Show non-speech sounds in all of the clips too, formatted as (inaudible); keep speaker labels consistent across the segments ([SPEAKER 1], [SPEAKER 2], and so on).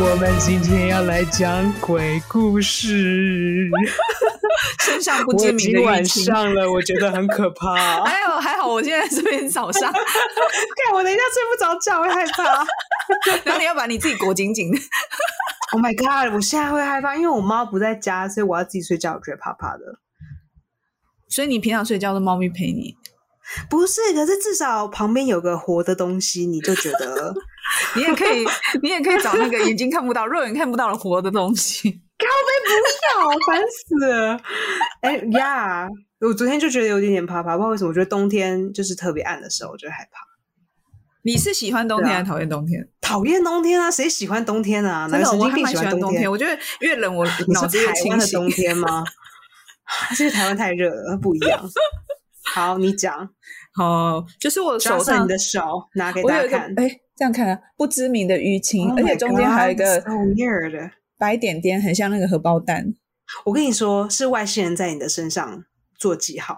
[SPEAKER 1] 我们今天要来讲鬼故事。
[SPEAKER 2] 身上不
[SPEAKER 1] 我
[SPEAKER 2] 知
[SPEAKER 1] 已
[SPEAKER 2] 名
[SPEAKER 1] 经
[SPEAKER 2] 的
[SPEAKER 1] 晚
[SPEAKER 2] 疫情。
[SPEAKER 1] 上了，我觉得很可 (laughs) 怕。
[SPEAKER 2] 还有还好，我现在这边早
[SPEAKER 1] (laughs)
[SPEAKER 2] 上，
[SPEAKER 1] 看我等一下睡不着觉，会害怕。
[SPEAKER 2] 然后你要把你自己裹紧紧的。
[SPEAKER 1] Oh my god！我现在会害怕，因为我猫不在家，所以我要自己睡觉，我觉得怕怕的。
[SPEAKER 2] 所以你平常睡觉都猫咪陪你，
[SPEAKER 1] 不是，可是至少旁边有个活的东西，你就觉 (laughs) 得
[SPEAKER 2] 你也可
[SPEAKER 1] (laughs)
[SPEAKER 2] 以，你也可以找那个眼睛看不到、肉眼看不到的活的东西。
[SPEAKER 1] 靠，啊烦死了。哎
[SPEAKER 2] (laughs)
[SPEAKER 1] 呀，我昨天就觉得有点点怕怕，不知道为什么，我觉得冬天就是特别暗的时候，我就害怕。
[SPEAKER 2] 你是喜欢冬天
[SPEAKER 1] 对啊
[SPEAKER 2] 还是讨厌冬天？
[SPEAKER 1] 讨厌冬天啊，谁喜欢冬天啊？
[SPEAKER 2] 真
[SPEAKER 1] 哪个
[SPEAKER 2] 的，
[SPEAKER 1] 神
[SPEAKER 2] 我
[SPEAKER 1] 经
[SPEAKER 2] 还
[SPEAKER 1] 病
[SPEAKER 2] 蛮喜欢
[SPEAKER 1] 欢
[SPEAKER 2] 冬
[SPEAKER 1] 天
[SPEAKER 2] 天。？我觉得越冷，我
[SPEAKER 1] (laughs) 你
[SPEAKER 2] 脑
[SPEAKER 1] 说
[SPEAKER 2] 子越
[SPEAKER 1] 台
[SPEAKER 2] 清
[SPEAKER 1] 湾的
[SPEAKER 2] 醒
[SPEAKER 1] 冬。天
[SPEAKER 2] (laughs)
[SPEAKER 1] 吗？这个台湾太热了，不一样。好，你讲，
[SPEAKER 2] 哦，就是我
[SPEAKER 1] 抓
[SPEAKER 2] 手
[SPEAKER 1] 上
[SPEAKER 2] 上
[SPEAKER 1] 你的手，拿给
[SPEAKER 2] 我
[SPEAKER 1] 大
[SPEAKER 2] 有
[SPEAKER 1] 家
[SPEAKER 2] 一个
[SPEAKER 1] 看。
[SPEAKER 2] 哎，这样看啊，不知名的淤青
[SPEAKER 1] Oh
[SPEAKER 2] 而
[SPEAKER 1] my
[SPEAKER 2] 且中间还有一
[SPEAKER 1] God,
[SPEAKER 2] 个
[SPEAKER 1] so weird。
[SPEAKER 2] 白点点，很像那个荷包蛋。
[SPEAKER 1] 我跟你说，是外星人在你的身上做记号，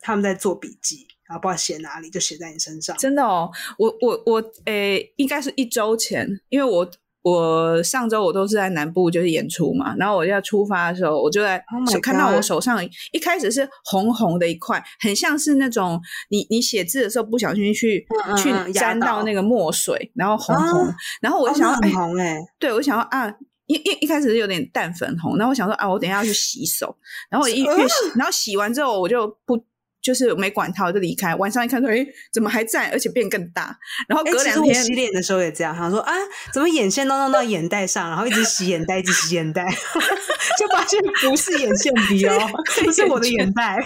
[SPEAKER 1] 他们在做笔记，然后不知道写哪里，就写在你身上。
[SPEAKER 2] 真的哦，我我我诶，应该是一周前，因为我我上周我都是在南部就是演出嘛，然后我要出发的时候，我就在
[SPEAKER 1] Oh my
[SPEAKER 2] 手、看到我
[SPEAKER 1] God
[SPEAKER 2] 手上一开始是红红的一块，很像是那种你你写字的时候不小心去
[SPEAKER 1] 嗯嗯嗯
[SPEAKER 2] 去
[SPEAKER 1] 压
[SPEAKER 2] 沾到
[SPEAKER 1] 到
[SPEAKER 2] 那个墨水，然后红红，
[SPEAKER 1] 啊
[SPEAKER 2] 然后我
[SPEAKER 1] 哦
[SPEAKER 2] 就想
[SPEAKER 1] 那
[SPEAKER 2] 要哎、
[SPEAKER 1] 很红哎、
[SPEAKER 2] 对，我想要啊，一一一开始是有点淡粉红，然后我想说啊，我等一下要去洗手，然后我
[SPEAKER 1] (laughs)
[SPEAKER 2] 一越洗，然后洗完之后我就不就是没管它，我就离开。晚上一看说，诶，怎么还在，而且变更大，然后
[SPEAKER 1] 哎
[SPEAKER 2] 隔
[SPEAKER 1] 其实
[SPEAKER 2] 两
[SPEAKER 1] 我
[SPEAKER 2] 天。
[SPEAKER 1] 洗脸的时候也这样，想说啊，怎么眼线都弄到眼袋上，然后一直洗眼袋，一直洗眼袋， (laughs) 就发现不是眼线
[SPEAKER 2] (laughs)
[SPEAKER 1] 笔哦，不是我的眼袋。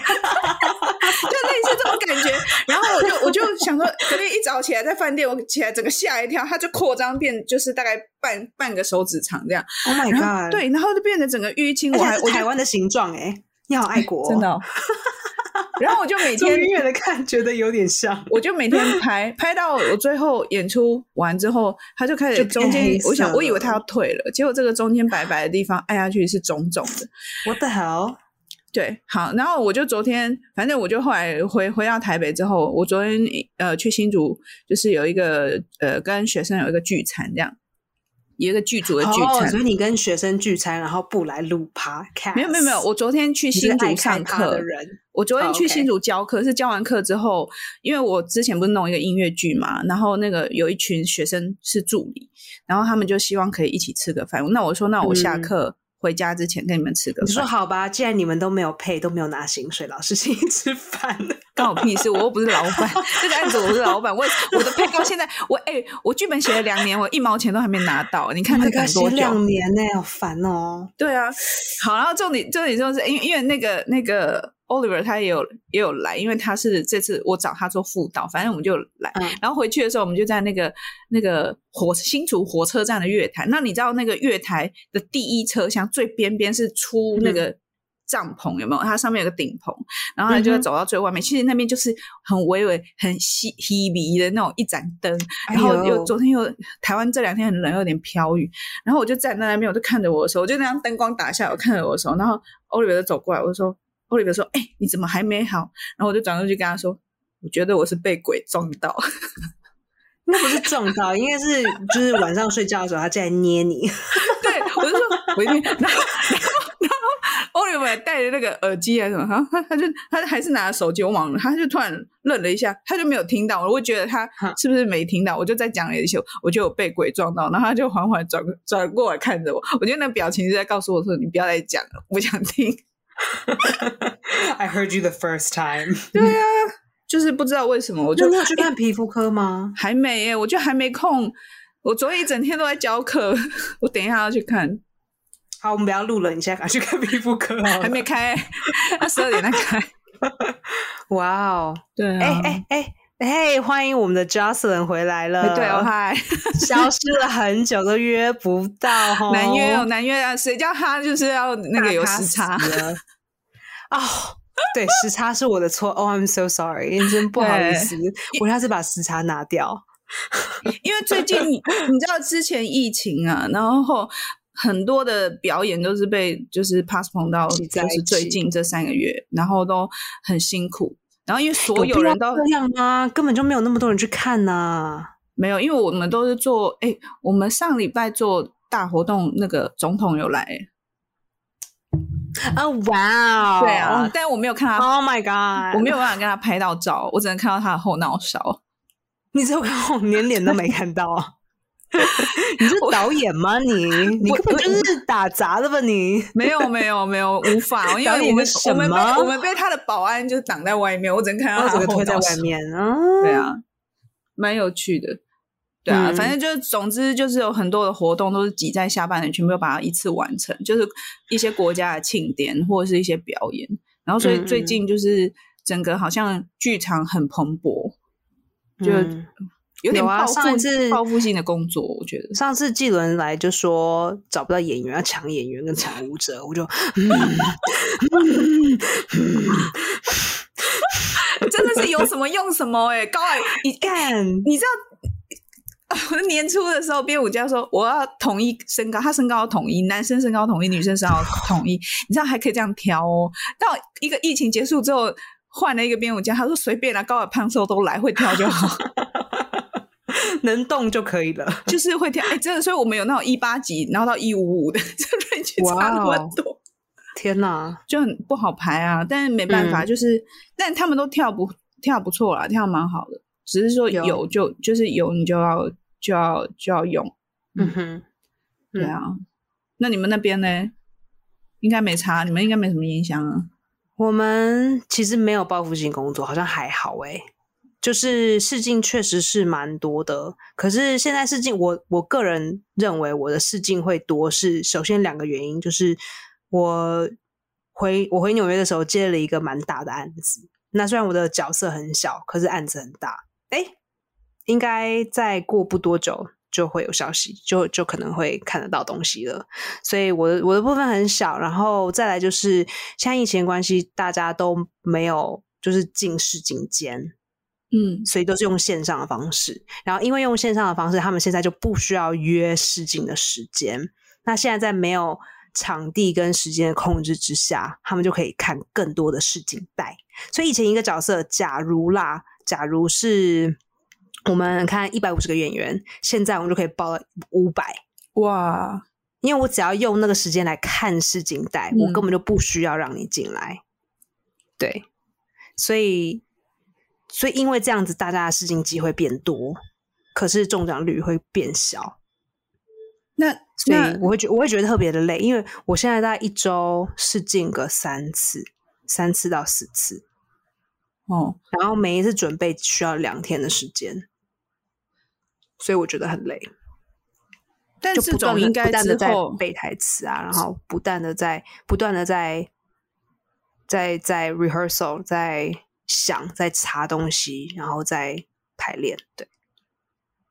[SPEAKER 2] 就类似这种感觉，然后我就我就想说，隔天一早起来在饭店，我起来整个吓一跳，它就扩张变就是大概半半个手指长这样，
[SPEAKER 1] Oh
[SPEAKER 2] (laughs)
[SPEAKER 1] my
[SPEAKER 2] 然后
[SPEAKER 1] god！，
[SPEAKER 2] 啊对，然后就变得整个淤青，
[SPEAKER 1] 而
[SPEAKER 2] 我
[SPEAKER 1] 且
[SPEAKER 2] 还
[SPEAKER 1] 还
[SPEAKER 2] 我
[SPEAKER 1] 是
[SPEAKER 2] 就
[SPEAKER 1] 台湾的形状哎、你好爱国、哦，
[SPEAKER 2] 真的、。哦，然后我就每
[SPEAKER 1] 从
[SPEAKER 2] 天
[SPEAKER 1] 远远的看，觉得有点 (laughs) 像。
[SPEAKER 2] 我就每天拍，拍到我最后演出完之后，他就开
[SPEAKER 1] 就
[SPEAKER 2] 始
[SPEAKER 1] 变
[SPEAKER 2] 中间
[SPEAKER 1] 黑，色
[SPEAKER 2] 我想我以为
[SPEAKER 1] 了
[SPEAKER 2] 他要退了，结果这个中间白白的地方按下去是肿肿的。
[SPEAKER 1] What the hell？
[SPEAKER 2] 对，好，然后我就昨天，反正我就后来回回到台北之后，我昨天呃去新竹，就是有一个呃跟学生有一个聚餐，这样有一个剧组的聚
[SPEAKER 1] 哦，
[SPEAKER 2] 餐。
[SPEAKER 1] 所以你跟学生聚餐，然后不来录 podcast？
[SPEAKER 2] 没有没有没有，我昨天去
[SPEAKER 1] 你是
[SPEAKER 2] 新
[SPEAKER 1] 爱
[SPEAKER 2] 竹
[SPEAKER 1] 看
[SPEAKER 2] 上
[SPEAKER 1] 他
[SPEAKER 2] 课
[SPEAKER 1] 的人。
[SPEAKER 2] 我昨天
[SPEAKER 1] 哦
[SPEAKER 2] 去
[SPEAKER 1] OK
[SPEAKER 2] 新竹教课，是教完课之后，因为我之前不是弄一个音乐剧嘛，然后那个有一群学生是助理，然后他们就希望可以一起吃个饭。那我说，那我下
[SPEAKER 1] 嗯
[SPEAKER 2] 课回家之前跟你们吃个
[SPEAKER 1] 你说
[SPEAKER 2] 饭，
[SPEAKER 1] 好吧，既然你们都没有配，都没有拿薪水，老师请你吃饭。
[SPEAKER 2] 关我屁事，我又不是老板， (laughs) 这个案子我不是老板，我也我的配到现在，我哎、我剧本写了两年，我一毛钱都还没拿到，你看
[SPEAKER 1] Oh
[SPEAKER 2] 这
[SPEAKER 1] my
[SPEAKER 2] 等
[SPEAKER 1] god，
[SPEAKER 2] 多
[SPEAKER 1] 写
[SPEAKER 2] 久？
[SPEAKER 1] 两年呢、好烦哦。
[SPEAKER 2] 对啊，好，然后重点重点就是因为因为那个那个 Oliver 他也有也有来，因为他是这次我找他做副导，反正我们就有来。
[SPEAKER 1] 嗯
[SPEAKER 2] 然后回去的时候，我们就在那个那个火新竹火车站的月台。那你知道那个月台的第一车厢最边边是出那个帐篷、有没有？它上面有个顶棚，然后他就会
[SPEAKER 1] 嗯嗯哼
[SPEAKER 2] 走到最外面。其实那边就是很微微很稀稀微的那种一盏灯，
[SPEAKER 1] 哎
[SPEAKER 2] 然后又
[SPEAKER 1] 呦
[SPEAKER 2] 昨天又台湾这两天很冷，有点飘雨，然后我就站在那边，我就看着我的手，我就那样灯光打下来，我看着我的手，然后 Oliver 就走过来，我就说 Oliver 说，哎、你怎么还没好？然后我就转过去跟他说，我觉得我是被鬼撞到，
[SPEAKER 1] 那不是撞到，应该是就是晚上睡觉的时候，他进来捏你。
[SPEAKER 2] (laughs) 对我就说我一定，然后然后然后 Oliver 也戴着那个耳机还是什么，然后他他就他还是拿着手机，我忘了，他就突然愣了一下，他就没有听到，我觉得他是不是没听到？我就再讲了一些，我就有被鬼撞到，然后他就缓缓转转过来看着我，我觉得那表情是在告诉我说你不要再讲了，不想听。 (laughs)
[SPEAKER 1] I heard you the first time。
[SPEAKER 2] 就是不知道为什么，我
[SPEAKER 1] (laughs) 那
[SPEAKER 2] 就
[SPEAKER 1] 你有去看皮肤科吗？
[SPEAKER 2] 还没耶，我就还没空。我昨天一整天都在教课，我等一下要去看，
[SPEAKER 1] 好，我们不要录了，你现在赶快去看皮肤科好了
[SPEAKER 2] 还没开，他十二点才开。 (laughs)
[SPEAKER 1] 哇哦！
[SPEAKER 2] 对
[SPEAKER 1] 哎
[SPEAKER 2] 啊，
[SPEAKER 1] 哎哎嘿，欢迎我们的 Jocelyn 回来了。
[SPEAKER 2] 哎
[SPEAKER 1] (laughs)
[SPEAKER 2] 对哦，嗨。
[SPEAKER 1] 消失了很久都约不到 (laughs) 哦，
[SPEAKER 2] 难约哦，难约啊！谁叫他就是要那个有时差
[SPEAKER 1] 大？咖死了。哦，对，时差是我的错。Oh, I'm so sorry，真不好意思，我下次把时差
[SPEAKER 2] (laughs)
[SPEAKER 1] 拿掉。
[SPEAKER 2] (laughs) 因为最近你知道之前疫情啊，然后很多的表演都是被就是 postpone 到
[SPEAKER 1] 挤在
[SPEAKER 2] 就
[SPEAKER 1] 一
[SPEAKER 2] 是最
[SPEAKER 1] 起
[SPEAKER 2] 近这三个月，然后都很辛苦。然后因为所有
[SPEAKER 1] 必要
[SPEAKER 2] 人都
[SPEAKER 1] 这样吗？根本就没有那么多人去看呐、
[SPEAKER 2] 没有，因为我们都是做哎，我们上礼拜做大活动，那个总统有来、
[SPEAKER 1] 啊，哇哦！
[SPEAKER 2] 对啊，但我没有看他，
[SPEAKER 1] ，Oh my god！ (laughs)
[SPEAKER 2] 我没有办法跟他拍到照，我只能看到他的后脑勺。
[SPEAKER 1] 你只有看我连脸都没看到
[SPEAKER 2] (laughs)
[SPEAKER 1] 啊！你是导演吗？你你
[SPEAKER 2] 我
[SPEAKER 1] 根本就是打杂的吧你？
[SPEAKER 2] (laughs) 没有，没有，没有，无
[SPEAKER 1] (laughs)
[SPEAKER 2] 法，因
[SPEAKER 1] 到底
[SPEAKER 2] 为我们
[SPEAKER 1] 是
[SPEAKER 2] 我们被
[SPEAKER 1] 什么哦
[SPEAKER 2] 我们被他的保安就是挡在外啊面，我只能看
[SPEAKER 1] 然
[SPEAKER 2] 到
[SPEAKER 1] 后
[SPEAKER 2] 他的
[SPEAKER 1] 整个
[SPEAKER 2] 后
[SPEAKER 1] 推在
[SPEAKER 2] 脑
[SPEAKER 1] 外
[SPEAKER 2] 勺。
[SPEAKER 1] 面啊！
[SPEAKER 2] 对啊，蛮有趣的。对啊，
[SPEAKER 1] 嗯
[SPEAKER 2] 反正就是，总之就是有很多的活动都是挤在下半年，全部把它一次完成，就是一些国家的庆典或者是一些表演。然后所以
[SPEAKER 1] 嗯
[SPEAKER 2] 最
[SPEAKER 1] 嗯
[SPEAKER 2] 近就是整个好像剧场很蓬勃，就
[SPEAKER 1] 嗯
[SPEAKER 2] 有点
[SPEAKER 1] 有啊
[SPEAKER 2] 报
[SPEAKER 1] 上一
[SPEAKER 2] 复
[SPEAKER 1] 次
[SPEAKER 2] 报复性的工作，我
[SPEAKER 1] (laughs)
[SPEAKER 2] 觉得。
[SPEAKER 1] 上次纪伦来就说找不到演员，要抢演员跟抢舞者，我就嗯
[SPEAKER 2] 真的是有什么用什么哎、高矮你
[SPEAKER 1] 干
[SPEAKER 2] 你知道，我年初的时候编舞家说我要统一身高，他身高要统一，男生身高统一，女生身高统一，你知道还可以这样挑哦。到一个疫情结束之后，换了一个编舞家，他说随便啦、高矮胖瘦都来，会挑就好，
[SPEAKER 1] 能动就可以了。
[SPEAKER 2] 就是会挑。哎、真的，所以我们有那种一八几，然后到一五五的，这 range 差那么
[SPEAKER 1] 哇哦
[SPEAKER 2] 多。
[SPEAKER 1] 天哪！
[SPEAKER 2] 就很不好排啊。但是没办法，就是但他们都跳不跳不错啦，跳蛮好的。只是说
[SPEAKER 1] 有
[SPEAKER 2] 有就就是有你就要就要就要用，
[SPEAKER 1] 嗯哼，
[SPEAKER 2] 对啊。那你们那边呢？应该没差，你们应该没什么影响啊。
[SPEAKER 1] 我们其实没有报复性工作，好像还好诶、就是试镜确实是蛮多的，可是现在试镜，我我个人认为我的试镜会多是，首先两个原因，就是我回我回纽约的时候接了一个蛮大的案子，那虽然我的角色很小，可是案子很大，诶，应该再过不多久就会有消息，就就可能会看得到东西了。所以我的我的部分很小，然后再来就是现在疫情的关系，大家都没有就是进视进监，
[SPEAKER 2] 嗯，
[SPEAKER 1] 所以都是用线上的方式。然后因为用线上的方式，他们现在就不需要约试镜的时间。那现在在没有场地跟时间的控制之下，他们就可以看更多的试镜带。所以以前一个角色，假如啦，假如是我们看一百五十个演员，现在我们就可以报到五百。
[SPEAKER 2] 哇，
[SPEAKER 1] 因为我只要用那个时间来看试镜带，我根本就不需要让你进来。对，所以所以因为这样子，大家的试镜机会变多，可是中奖率会变小，
[SPEAKER 2] 那
[SPEAKER 1] 所以
[SPEAKER 2] 那
[SPEAKER 1] 我会觉我会觉得特别的累，因为我现在大概一周试镜个三次，三次到四次，
[SPEAKER 2] 哦，
[SPEAKER 1] 然后每一次准备需要两天的时间，所以我觉得很累。
[SPEAKER 2] 但
[SPEAKER 1] 就是不断
[SPEAKER 2] 总
[SPEAKER 1] 地
[SPEAKER 2] 应该
[SPEAKER 1] 不断
[SPEAKER 2] 之
[SPEAKER 1] 的在
[SPEAKER 2] 后
[SPEAKER 1] 背台词啊，然后不断的在不断的在在在 rehearsal，在想，在查东西，然后再排练。对，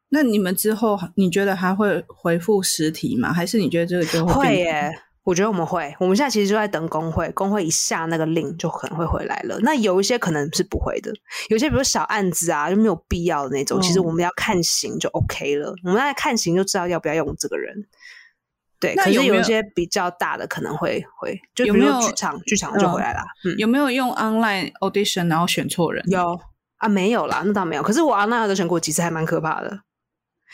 [SPEAKER 2] 那你们之后你觉得还会回复实体吗？还是你觉得这个就
[SPEAKER 1] 会
[SPEAKER 2] 变
[SPEAKER 1] 耶。我觉得我们会，我们现在其实就在等工会，工会一下那个令就可能会回来了。那有一些可能是不会的，有些比如小案子啊就没有必要的那种，其实
[SPEAKER 2] 嗯
[SPEAKER 1] 我们要看型就 OK 了，我们要看型就知道要不要用这个人。对，
[SPEAKER 2] 那
[SPEAKER 1] 可是
[SPEAKER 2] 有没有
[SPEAKER 1] 一些比较大的可能会会，就比
[SPEAKER 2] 有
[SPEAKER 1] 如
[SPEAKER 2] 没
[SPEAKER 1] 说
[SPEAKER 2] 有
[SPEAKER 1] 剧场，剧场就回来啦。嗯，
[SPEAKER 2] 有没有用 online audition 然后选错人？
[SPEAKER 1] 有啊，没有啦，那倒没有。可是我阿那的全国几次还蛮可怕的，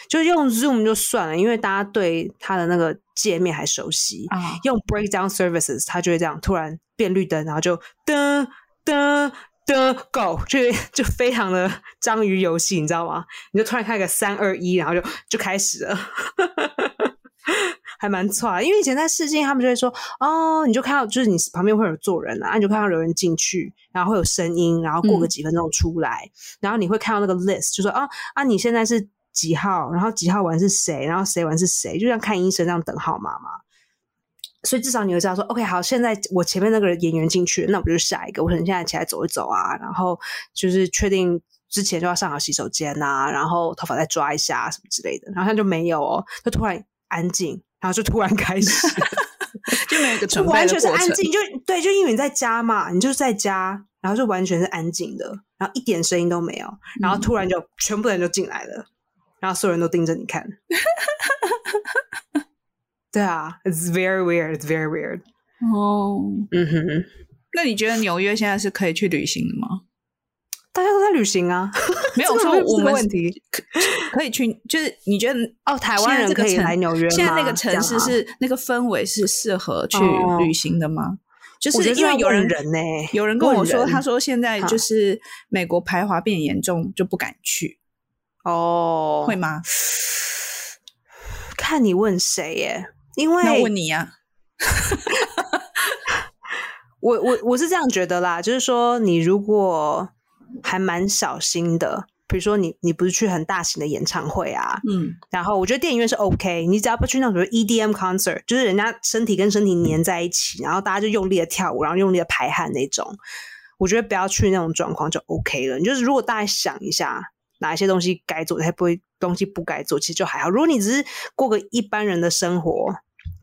[SPEAKER 1] 就用 Zoom 就算了，因为大家对它的那个界面还熟悉。
[SPEAKER 2] 啊，
[SPEAKER 1] 用 Breakdown Services，它就会这样突然变绿灯，然后就噔噔噔 Go，就就非常的章鱼游戏，你知道吗？你就突然看一个三二一，然后就就开始了。 (laughs) 还蛮错的，因为以前在试镜，他们就会说，哦，你就看到就是你旁边会有坐人啊，你就看到有人进去，然后会有声音，然后过个
[SPEAKER 2] 嗯
[SPEAKER 1] 几分钟出来，然后你会看到那个 list，就说啊啊，你现在是几号，然后几号完是谁，然后谁完是谁，就像看医生这样等号码嘛。所以至少你会知道说，OK，好，现在我前面那个演员进去了，那我就是下一个，我可能现在起来走一走啊，然后就是确定之前就要上好洗手间呐、然后头发再抓一下、啊什么之类的，然后他就没有哦，就突然安静，然后就突然开始，
[SPEAKER 2] 就没有一个
[SPEAKER 1] 就
[SPEAKER 2] (laughs) 准备
[SPEAKER 1] 完
[SPEAKER 2] 的
[SPEAKER 1] 全是
[SPEAKER 2] 过
[SPEAKER 1] 安
[SPEAKER 2] 程。
[SPEAKER 1] 静，就对，就因为你在家嘛，你就是在家，然后就完全是安静的，然后一点声音都没有，然后
[SPEAKER 2] 嗯
[SPEAKER 1] 突然就、全部人就进来了，然后所有人都盯着你
[SPEAKER 2] (laughs)
[SPEAKER 1] 看。对啊，It's very weird, it's very weird。
[SPEAKER 2] 哦，
[SPEAKER 1] 嗯哼，
[SPEAKER 2] 那你觉得纽约现在是可以去旅行的吗？
[SPEAKER 1] 大家都在旅行啊，
[SPEAKER 2] 没有
[SPEAKER 1] (laughs) 这
[SPEAKER 2] 说
[SPEAKER 1] 个不是
[SPEAKER 2] 我
[SPEAKER 1] 个
[SPEAKER 2] 们
[SPEAKER 1] 问题，
[SPEAKER 2] 可可以去，就是你觉得
[SPEAKER 1] 哦，台
[SPEAKER 2] 现
[SPEAKER 1] 湾
[SPEAKER 2] 在
[SPEAKER 1] 人
[SPEAKER 2] 这个
[SPEAKER 1] 可以
[SPEAKER 2] 城
[SPEAKER 1] 来纽约
[SPEAKER 2] 现在那
[SPEAKER 1] 吗
[SPEAKER 2] 个
[SPEAKER 1] 这
[SPEAKER 2] 城
[SPEAKER 1] 样
[SPEAKER 2] 市
[SPEAKER 1] 啊
[SPEAKER 2] 是那个氛围是适合去
[SPEAKER 1] 哦
[SPEAKER 2] 旅行的吗？就
[SPEAKER 1] 我觉
[SPEAKER 2] 是
[SPEAKER 1] 得
[SPEAKER 2] 因为
[SPEAKER 1] 要
[SPEAKER 2] 有人
[SPEAKER 1] 问人呢
[SPEAKER 2] 有人跟我
[SPEAKER 1] 问
[SPEAKER 2] 说，他
[SPEAKER 1] 人嗯
[SPEAKER 2] 说现在就
[SPEAKER 1] 哈
[SPEAKER 2] 是美国排华变严重，就不敢去，
[SPEAKER 1] 哦，
[SPEAKER 2] 会吗？
[SPEAKER 1] 看你问谁耶，因
[SPEAKER 2] 那
[SPEAKER 1] 为
[SPEAKER 2] 问你啊呀、
[SPEAKER 1] 我我我是这样觉得啦，就是说你如果还蛮小心的，比如说你你不是去很大型的演唱会啊，
[SPEAKER 2] 嗯，
[SPEAKER 1] 然后我觉得电影院是 OK，你只要不去那种比如 EDM concert，就是人家身体跟身体粘在一起，然后大家就用力的跳舞，然后用力的排汗那种，我觉得不要去那种状况就 OK 了。你就是如果大家想一下哪一些东西该做，哪些不会东西不该做，其实就还好。如果你只是过个一般人的生活，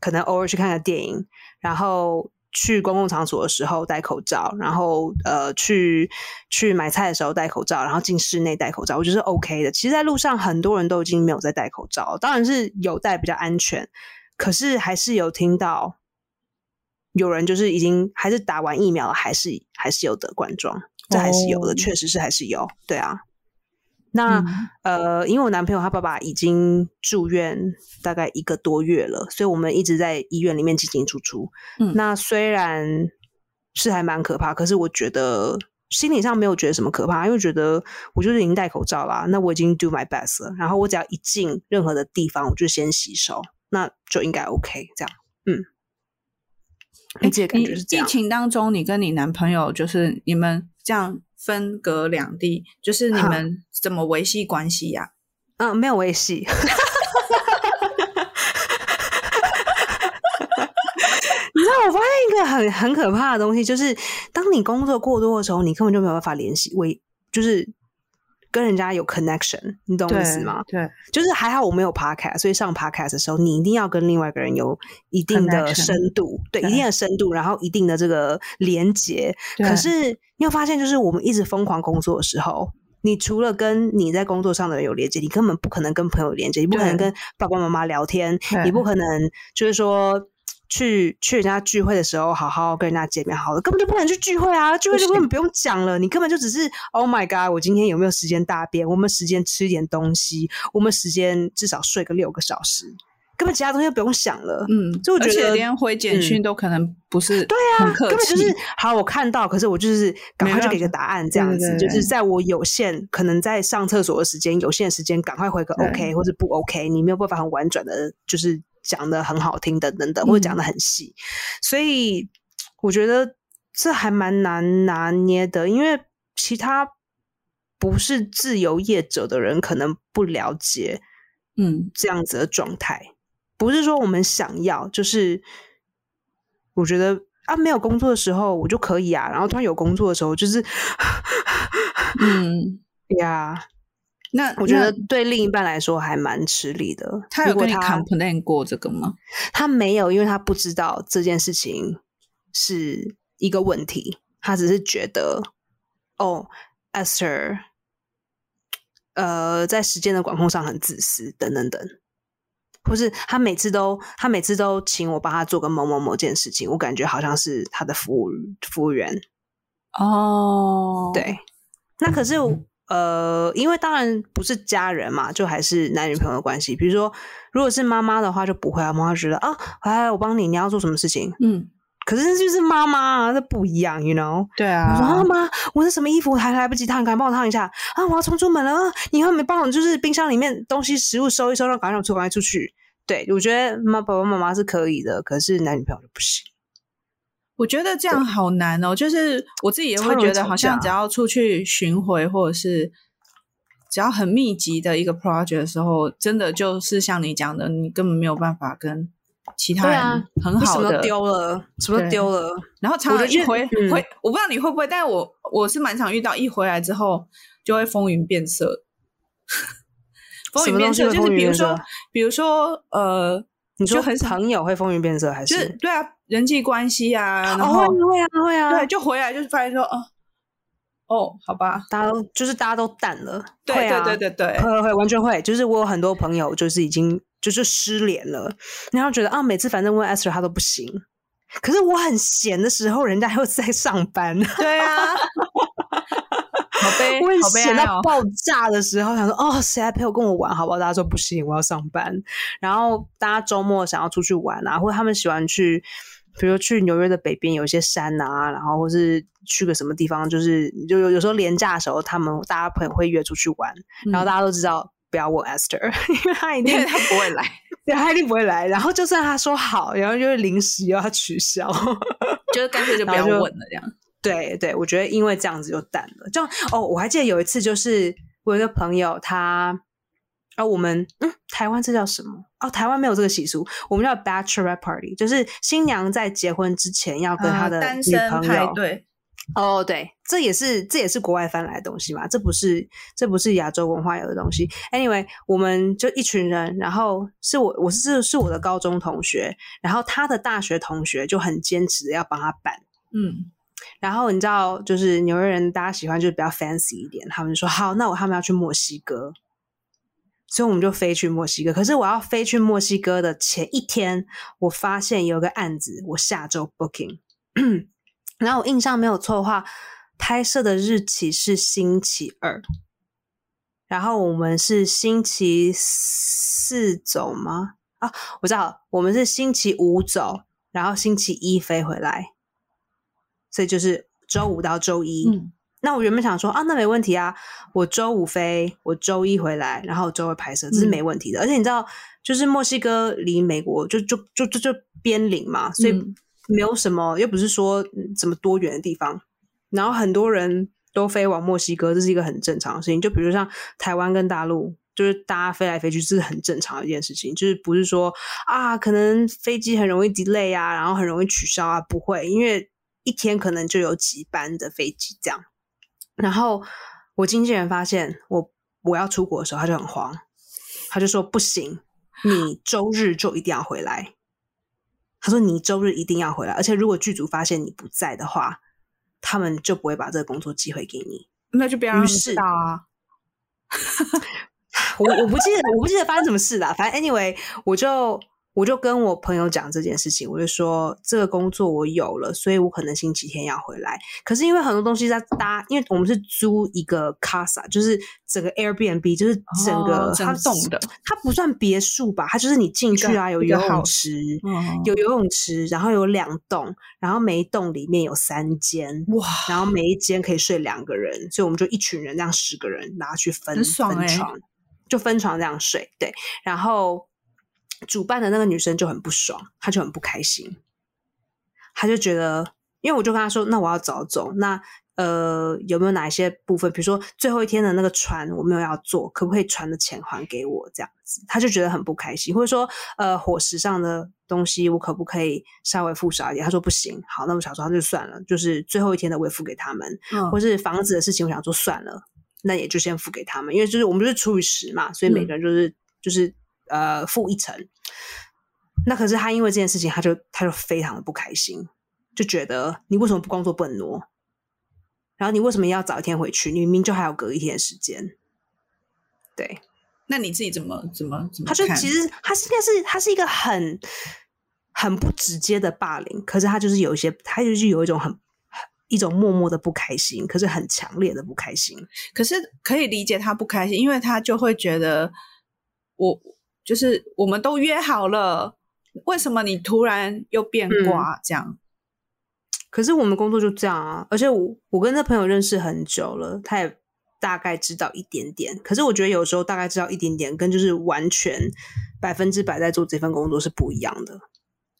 [SPEAKER 1] 可能偶尔去看个电影，然后去公共场所的时候戴口罩，然后呃去去买菜的时候戴口罩，然后进室内戴口罩，我觉得是 OK 的。其实，在路上很多人都已经没有在戴口罩，当然是有戴比较安全，可是还是有听到有人就是已经还是打完疫苗了，还是还是有得冠状，这还是有的，
[SPEAKER 2] 哦
[SPEAKER 1] 确实是还是有，对啊。那、
[SPEAKER 2] 嗯
[SPEAKER 1] 呃，因为我男朋友他爸爸已经住院大概一个多月了，所以我们一直在医院里面进进出出。
[SPEAKER 2] 嗯
[SPEAKER 1] 那虽然是还蛮可怕，可是我觉得心理上没有觉得什么可怕，因为觉得我就是已经戴口罩啦，那我已经 do my best 了。然后我只要一进任何的地方，我就先洗手，那就应该 OK。这样，嗯，我自己的
[SPEAKER 2] 哎
[SPEAKER 1] 感
[SPEAKER 2] 你
[SPEAKER 1] 觉是这样
[SPEAKER 2] 疫。情当中，你跟你男朋友就是你们这样分隔两地，就是你
[SPEAKER 1] 哈
[SPEAKER 2] 们怎么维系关系呀、
[SPEAKER 1] 嗯，没有维系。 (laughs) 你知道，我发现一个很很可怕的东西，就是当你工作过多的时候，你根本就没有办法联系，为就是跟人家有 connection，你懂我意思吗？
[SPEAKER 2] 对，
[SPEAKER 1] 就是还好我没有 podcast，所以上 podcast 的时候，你一定要跟另外一个人有一定的
[SPEAKER 2] Connection
[SPEAKER 1] 深度，对，
[SPEAKER 2] 对
[SPEAKER 1] 一定的深度，然后一定的这个连接，
[SPEAKER 2] 对
[SPEAKER 1] 可是你有发现，就是我们一直疯狂工作的时候，你除了跟你在工作上的人有连接，你根本不可能跟朋友连接，你不可能
[SPEAKER 2] 对
[SPEAKER 1] 跟爸爸妈妈聊天，
[SPEAKER 2] 对
[SPEAKER 1] 你不可能就是说。去去人家聚会的时候，好好跟人家见面，好了，根本就不能去聚会啊！聚会就
[SPEAKER 2] 不行
[SPEAKER 1] 根本不用讲了，你根本就只是 Oh my God，我今天有没有时间大便？我们时间吃一点东西，我们时间至少睡个六个小时，根本其他东西都不用想了。
[SPEAKER 2] 嗯，
[SPEAKER 1] 所以我
[SPEAKER 2] 而
[SPEAKER 1] 觉
[SPEAKER 2] 且
[SPEAKER 1] 得嗯
[SPEAKER 2] 连回简讯都可能不是对
[SPEAKER 1] 啊
[SPEAKER 2] 很客
[SPEAKER 1] 根本
[SPEAKER 2] 气，
[SPEAKER 1] 就是好，我看到，可是我就是赶
[SPEAKER 2] 没
[SPEAKER 1] 快就
[SPEAKER 2] 办
[SPEAKER 1] 给个
[SPEAKER 2] 法
[SPEAKER 1] 答案，这样
[SPEAKER 2] 对
[SPEAKER 1] 子
[SPEAKER 2] 对对
[SPEAKER 1] 就是在我有限，可能在上厕所的时间有限的时间，赶快回个
[SPEAKER 2] 对
[SPEAKER 1] OK 或者不 OK，你没有办法很婉转的，就是讲的很好听等等等，或者
[SPEAKER 2] 嗯
[SPEAKER 1] 讲的很细，所以我觉得这还蛮难拿捏的，因为其他不是自由业者的人可能不了解，
[SPEAKER 2] 嗯，
[SPEAKER 1] 这样子的状态，不是说我们想要，就是我觉得啊，没有工作的时候我就可以啊，然后突然有工作的时候，就是 (laughs)
[SPEAKER 2] 嗯，
[SPEAKER 1] 呀，
[SPEAKER 2] 那
[SPEAKER 1] 我觉得
[SPEAKER 2] 那
[SPEAKER 1] 对另一半来说还蛮吃力的。
[SPEAKER 2] 他
[SPEAKER 1] 如
[SPEAKER 2] 有
[SPEAKER 1] 果
[SPEAKER 2] 跟你
[SPEAKER 1] 他
[SPEAKER 2] complain 过这个吗？
[SPEAKER 1] 他没有，因为他不知道这件事情是一个问题，他只是觉得哦，Esther，呃，在时间的管控上很自私，等等等。或是他每次都他每次都请我帮他做个某某某件事情，我感觉好像是他的服务服务员，
[SPEAKER 2] 哦，，
[SPEAKER 1] 对，那可是呃，因为当然不是家人嘛，就还是男女朋友的关系。比如说，如果是妈妈的话，就不会啊，妈妈觉得啊，哎，我帮你，你要做什么事情？
[SPEAKER 2] 嗯，
[SPEAKER 1] 可是这就是妈妈啊，这不一样，you know。
[SPEAKER 2] 对
[SPEAKER 1] 我说啊
[SPEAKER 2] 啊，
[SPEAKER 1] 妈，我这什么衣服还来不及烫，赶快帮我烫一下啊！我要冲出门了啊！你还没帮我，就是冰箱里面东西食物收一收，让赶快让我出赶快出去。对，我觉得妈爸爸妈妈是可以的，可是男女朋友就不行。
[SPEAKER 2] 我觉得这样好难哦，就是我自己也
[SPEAKER 1] 超
[SPEAKER 2] 会
[SPEAKER 1] 容易
[SPEAKER 2] 觉得，
[SPEAKER 1] 吵
[SPEAKER 2] 好像
[SPEAKER 1] 架
[SPEAKER 2] 只要出去巡回或者是。只要很密集的一个 project 的时候，真的就是像你讲的，你根本没有办法跟其他
[SPEAKER 1] 对啊
[SPEAKER 2] 人很
[SPEAKER 1] 你什
[SPEAKER 2] 好
[SPEAKER 1] 么
[SPEAKER 2] 的
[SPEAKER 1] 都丢了，什么都
[SPEAKER 2] 对
[SPEAKER 1] 丢了，
[SPEAKER 2] 然后常
[SPEAKER 1] 我
[SPEAKER 2] 常
[SPEAKER 1] 就觉
[SPEAKER 2] 一
[SPEAKER 1] 得
[SPEAKER 2] 回、
[SPEAKER 1] 嗯
[SPEAKER 2] 回，我不知道你会不会，但我我是蛮常遇到，一回来之后就会风云变色。 (laughs) 风
[SPEAKER 1] 什
[SPEAKER 2] 云
[SPEAKER 1] 么
[SPEAKER 2] 变
[SPEAKER 1] 东西
[SPEAKER 2] 色
[SPEAKER 1] 会
[SPEAKER 2] 就是
[SPEAKER 1] 风云
[SPEAKER 2] 比如
[SPEAKER 1] 变
[SPEAKER 2] 说
[SPEAKER 1] 色，
[SPEAKER 2] 比如说呃，
[SPEAKER 1] 你
[SPEAKER 2] 就
[SPEAKER 1] 说
[SPEAKER 2] 很少，
[SPEAKER 1] 朋友会风云变色还
[SPEAKER 2] 就是是？对啊，人际关系啊，然后、
[SPEAKER 1] 哦，会啊会啊，
[SPEAKER 2] 对，就回来就是发现说，哦、哦，好吧，
[SPEAKER 1] 大家都就是大家都淡了，
[SPEAKER 2] 对、
[SPEAKER 1] 会啊，
[SPEAKER 2] 对对对 (laughs) 对，
[SPEAKER 1] 会会会完全会，就是我有很多朋友就是已经就是失联了，然后觉得啊，每次反正问 Esther 他都不行，可是我很闲的时候，人家又在上班，
[SPEAKER 2] 对啊，好悲，
[SPEAKER 1] (laughs) 我也
[SPEAKER 2] 好悲
[SPEAKER 1] 闲
[SPEAKER 2] 哀
[SPEAKER 1] 到
[SPEAKER 2] 哦。
[SPEAKER 1] 爆炸的时候，想说哦，谁来陪我跟我玩好不好？大家说不行，我要上班。然后大家周末想要出去玩啊，或者他们喜欢去，比如去纽约的北边有一些山啊，然后或是去个什么地方，就是就有有时候廉价的时候，他们大家朋友会约出去玩，
[SPEAKER 2] 嗯
[SPEAKER 1] 然后大家都知道。不要问 Esther，因为他一
[SPEAKER 2] 因 (laughs)
[SPEAKER 1] 定
[SPEAKER 2] 为他不会来，
[SPEAKER 1] 对，他一定不会来。然后就算他说好，然后就是临时又要取消。
[SPEAKER 2] 就是干脆就不
[SPEAKER 1] 然
[SPEAKER 2] 要
[SPEAKER 1] 后就
[SPEAKER 2] 问了，这样。
[SPEAKER 1] 对对，我觉得因为这样子就淡了。就哦，我还记得有一次，就是我有一个朋友他，啊、我们嗯，台湾这叫什么？哦，台湾没有这个习俗，我们叫 bachelor party，就是新娘在结婚之前要跟她
[SPEAKER 2] 啊
[SPEAKER 1] 的
[SPEAKER 2] 单
[SPEAKER 1] 女
[SPEAKER 2] 身
[SPEAKER 1] 朋友。
[SPEAKER 2] 派对，
[SPEAKER 1] 哦，对，这也是这也是国外翻来的东西嘛，这不是这不是亚洲文化有的东西。Anyway，我们就一群人，然后是我我是是我的高中同学，然后他的大学同学就很坚持的要帮他办。
[SPEAKER 2] 嗯，
[SPEAKER 1] 然后你知道，就是纽约人大家喜欢就是比较 fancy 一点，他们就说好，那我他们要去墨西哥，所以我们就飞去墨西哥。可是我要飞去墨西哥的前一天，我发现有个案子，我下周 booking，然 (clears throat) 后我印象没有错的话，拍摄的日期是星期二，然后我们是星期四走吗？啊，我知道，我们是星期五走，然后星期一飞回来，所以就是周五到周一。
[SPEAKER 2] 嗯
[SPEAKER 1] 那我原本想说啊，那没问题啊，我周五飞，我周一回来，然后周二拍摄，这是
[SPEAKER 2] 嗯
[SPEAKER 1] 没问题的。而且你知道，就是墨西哥离美国就就就就就边邻嘛，所以
[SPEAKER 2] 嗯
[SPEAKER 1] 没有什么，又不是说嗯什么多远的地方。然后很多人都飞往墨西哥，这是一个很正常的事情。就比如像台湾跟大陆，就是大家飞来飞去，这是很正常的一件事情。就是不是说啊，可能飞机很容易 delay 啊，然后很容易取消啊，不会，因为一天可能就有几班的飞机这样。然后我经纪人发现我我要出国的时候，他就很慌，他就说不行，你周日就一定要回来。他说你周日一定要回来，而且如果剧组发现你不在的话，他们就不会把这个工作机会给你。
[SPEAKER 2] 那就不要让他
[SPEAKER 1] 于
[SPEAKER 2] 们知
[SPEAKER 1] 是
[SPEAKER 2] 道啊。
[SPEAKER 1] 我我不记得我不记得发生什么事了，反正 anyway，我就我就跟我朋友讲这件事情，我就说这个工作我有了，所以我可能星期天要回来。可是因为很多东西在搭，因为我们是租一个 casa，就是整个 Airbnb，就是整个、
[SPEAKER 2] 哦整
[SPEAKER 1] 它
[SPEAKER 2] 栋的，
[SPEAKER 1] 它不算别墅吧，它就是你进去啊，
[SPEAKER 2] 一个
[SPEAKER 1] 有
[SPEAKER 2] 一个
[SPEAKER 1] 游泳
[SPEAKER 2] house
[SPEAKER 1] 池，
[SPEAKER 2] 嗯
[SPEAKER 1] 有游泳池，然后有两栋，然后每一栋里面有三间，
[SPEAKER 2] 哇，
[SPEAKER 1] 然后每一间可以睡两个人，所以我们就一群人这样十个人，然后去分
[SPEAKER 2] 很爽
[SPEAKER 1] 分
[SPEAKER 2] 欸
[SPEAKER 1] 床，就分床这样睡。对，然后主办的那个女生就很不爽，她就很不开心，她就觉得，因为我就跟她说，那我要早走，那呃有没有哪一些部分，比如说最后一天的那个船我没有要做，可不可以船的钱还给我这样子？她就觉得很不开心，或者说呃伙食上的东西我可不可以稍微付少一点？她说不行，好，那我想说那就算了，就是最后一天的我也付给他们，
[SPEAKER 2] 嗯
[SPEAKER 1] 或是房子的事情，我想说算了，那也就先付给他们，因为就是我们就是除以十嘛，所以每个人就是、就是呃付一成。那可是他因为这件事情，他就他就非常的不开心，就觉得你为什么不工作不能挪？然后你为什么要早一天回去？你明明就还有隔一天的时间。对，
[SPEAKER 2] 那你自己怎么怎么怎么
[SPEAKER 1] 他
[SPEAKER 2] 看？
[SPEAKER 1] 就其实他是应该是他是一个很很不直接的霸凌，可是他就是有一些，他就是有一种很一种默默的不开心，可是很强烈的不开心。
[SPEAKER 2] 可是可以理解他不开心，因为他就会觉得我就是我们都约好了，为什么你突然又变
[SPEAKER 1] 嗯
[SPEAKER 2] 卦、这样？
[SPEAKER 1] 可是我们工作就这样啊，而且我我跟这朋友认识很久了，他也大概知道一点点。可是我觉得有时候大概知道一点点，跟就是完全百分之百在做这份工作是不一样的，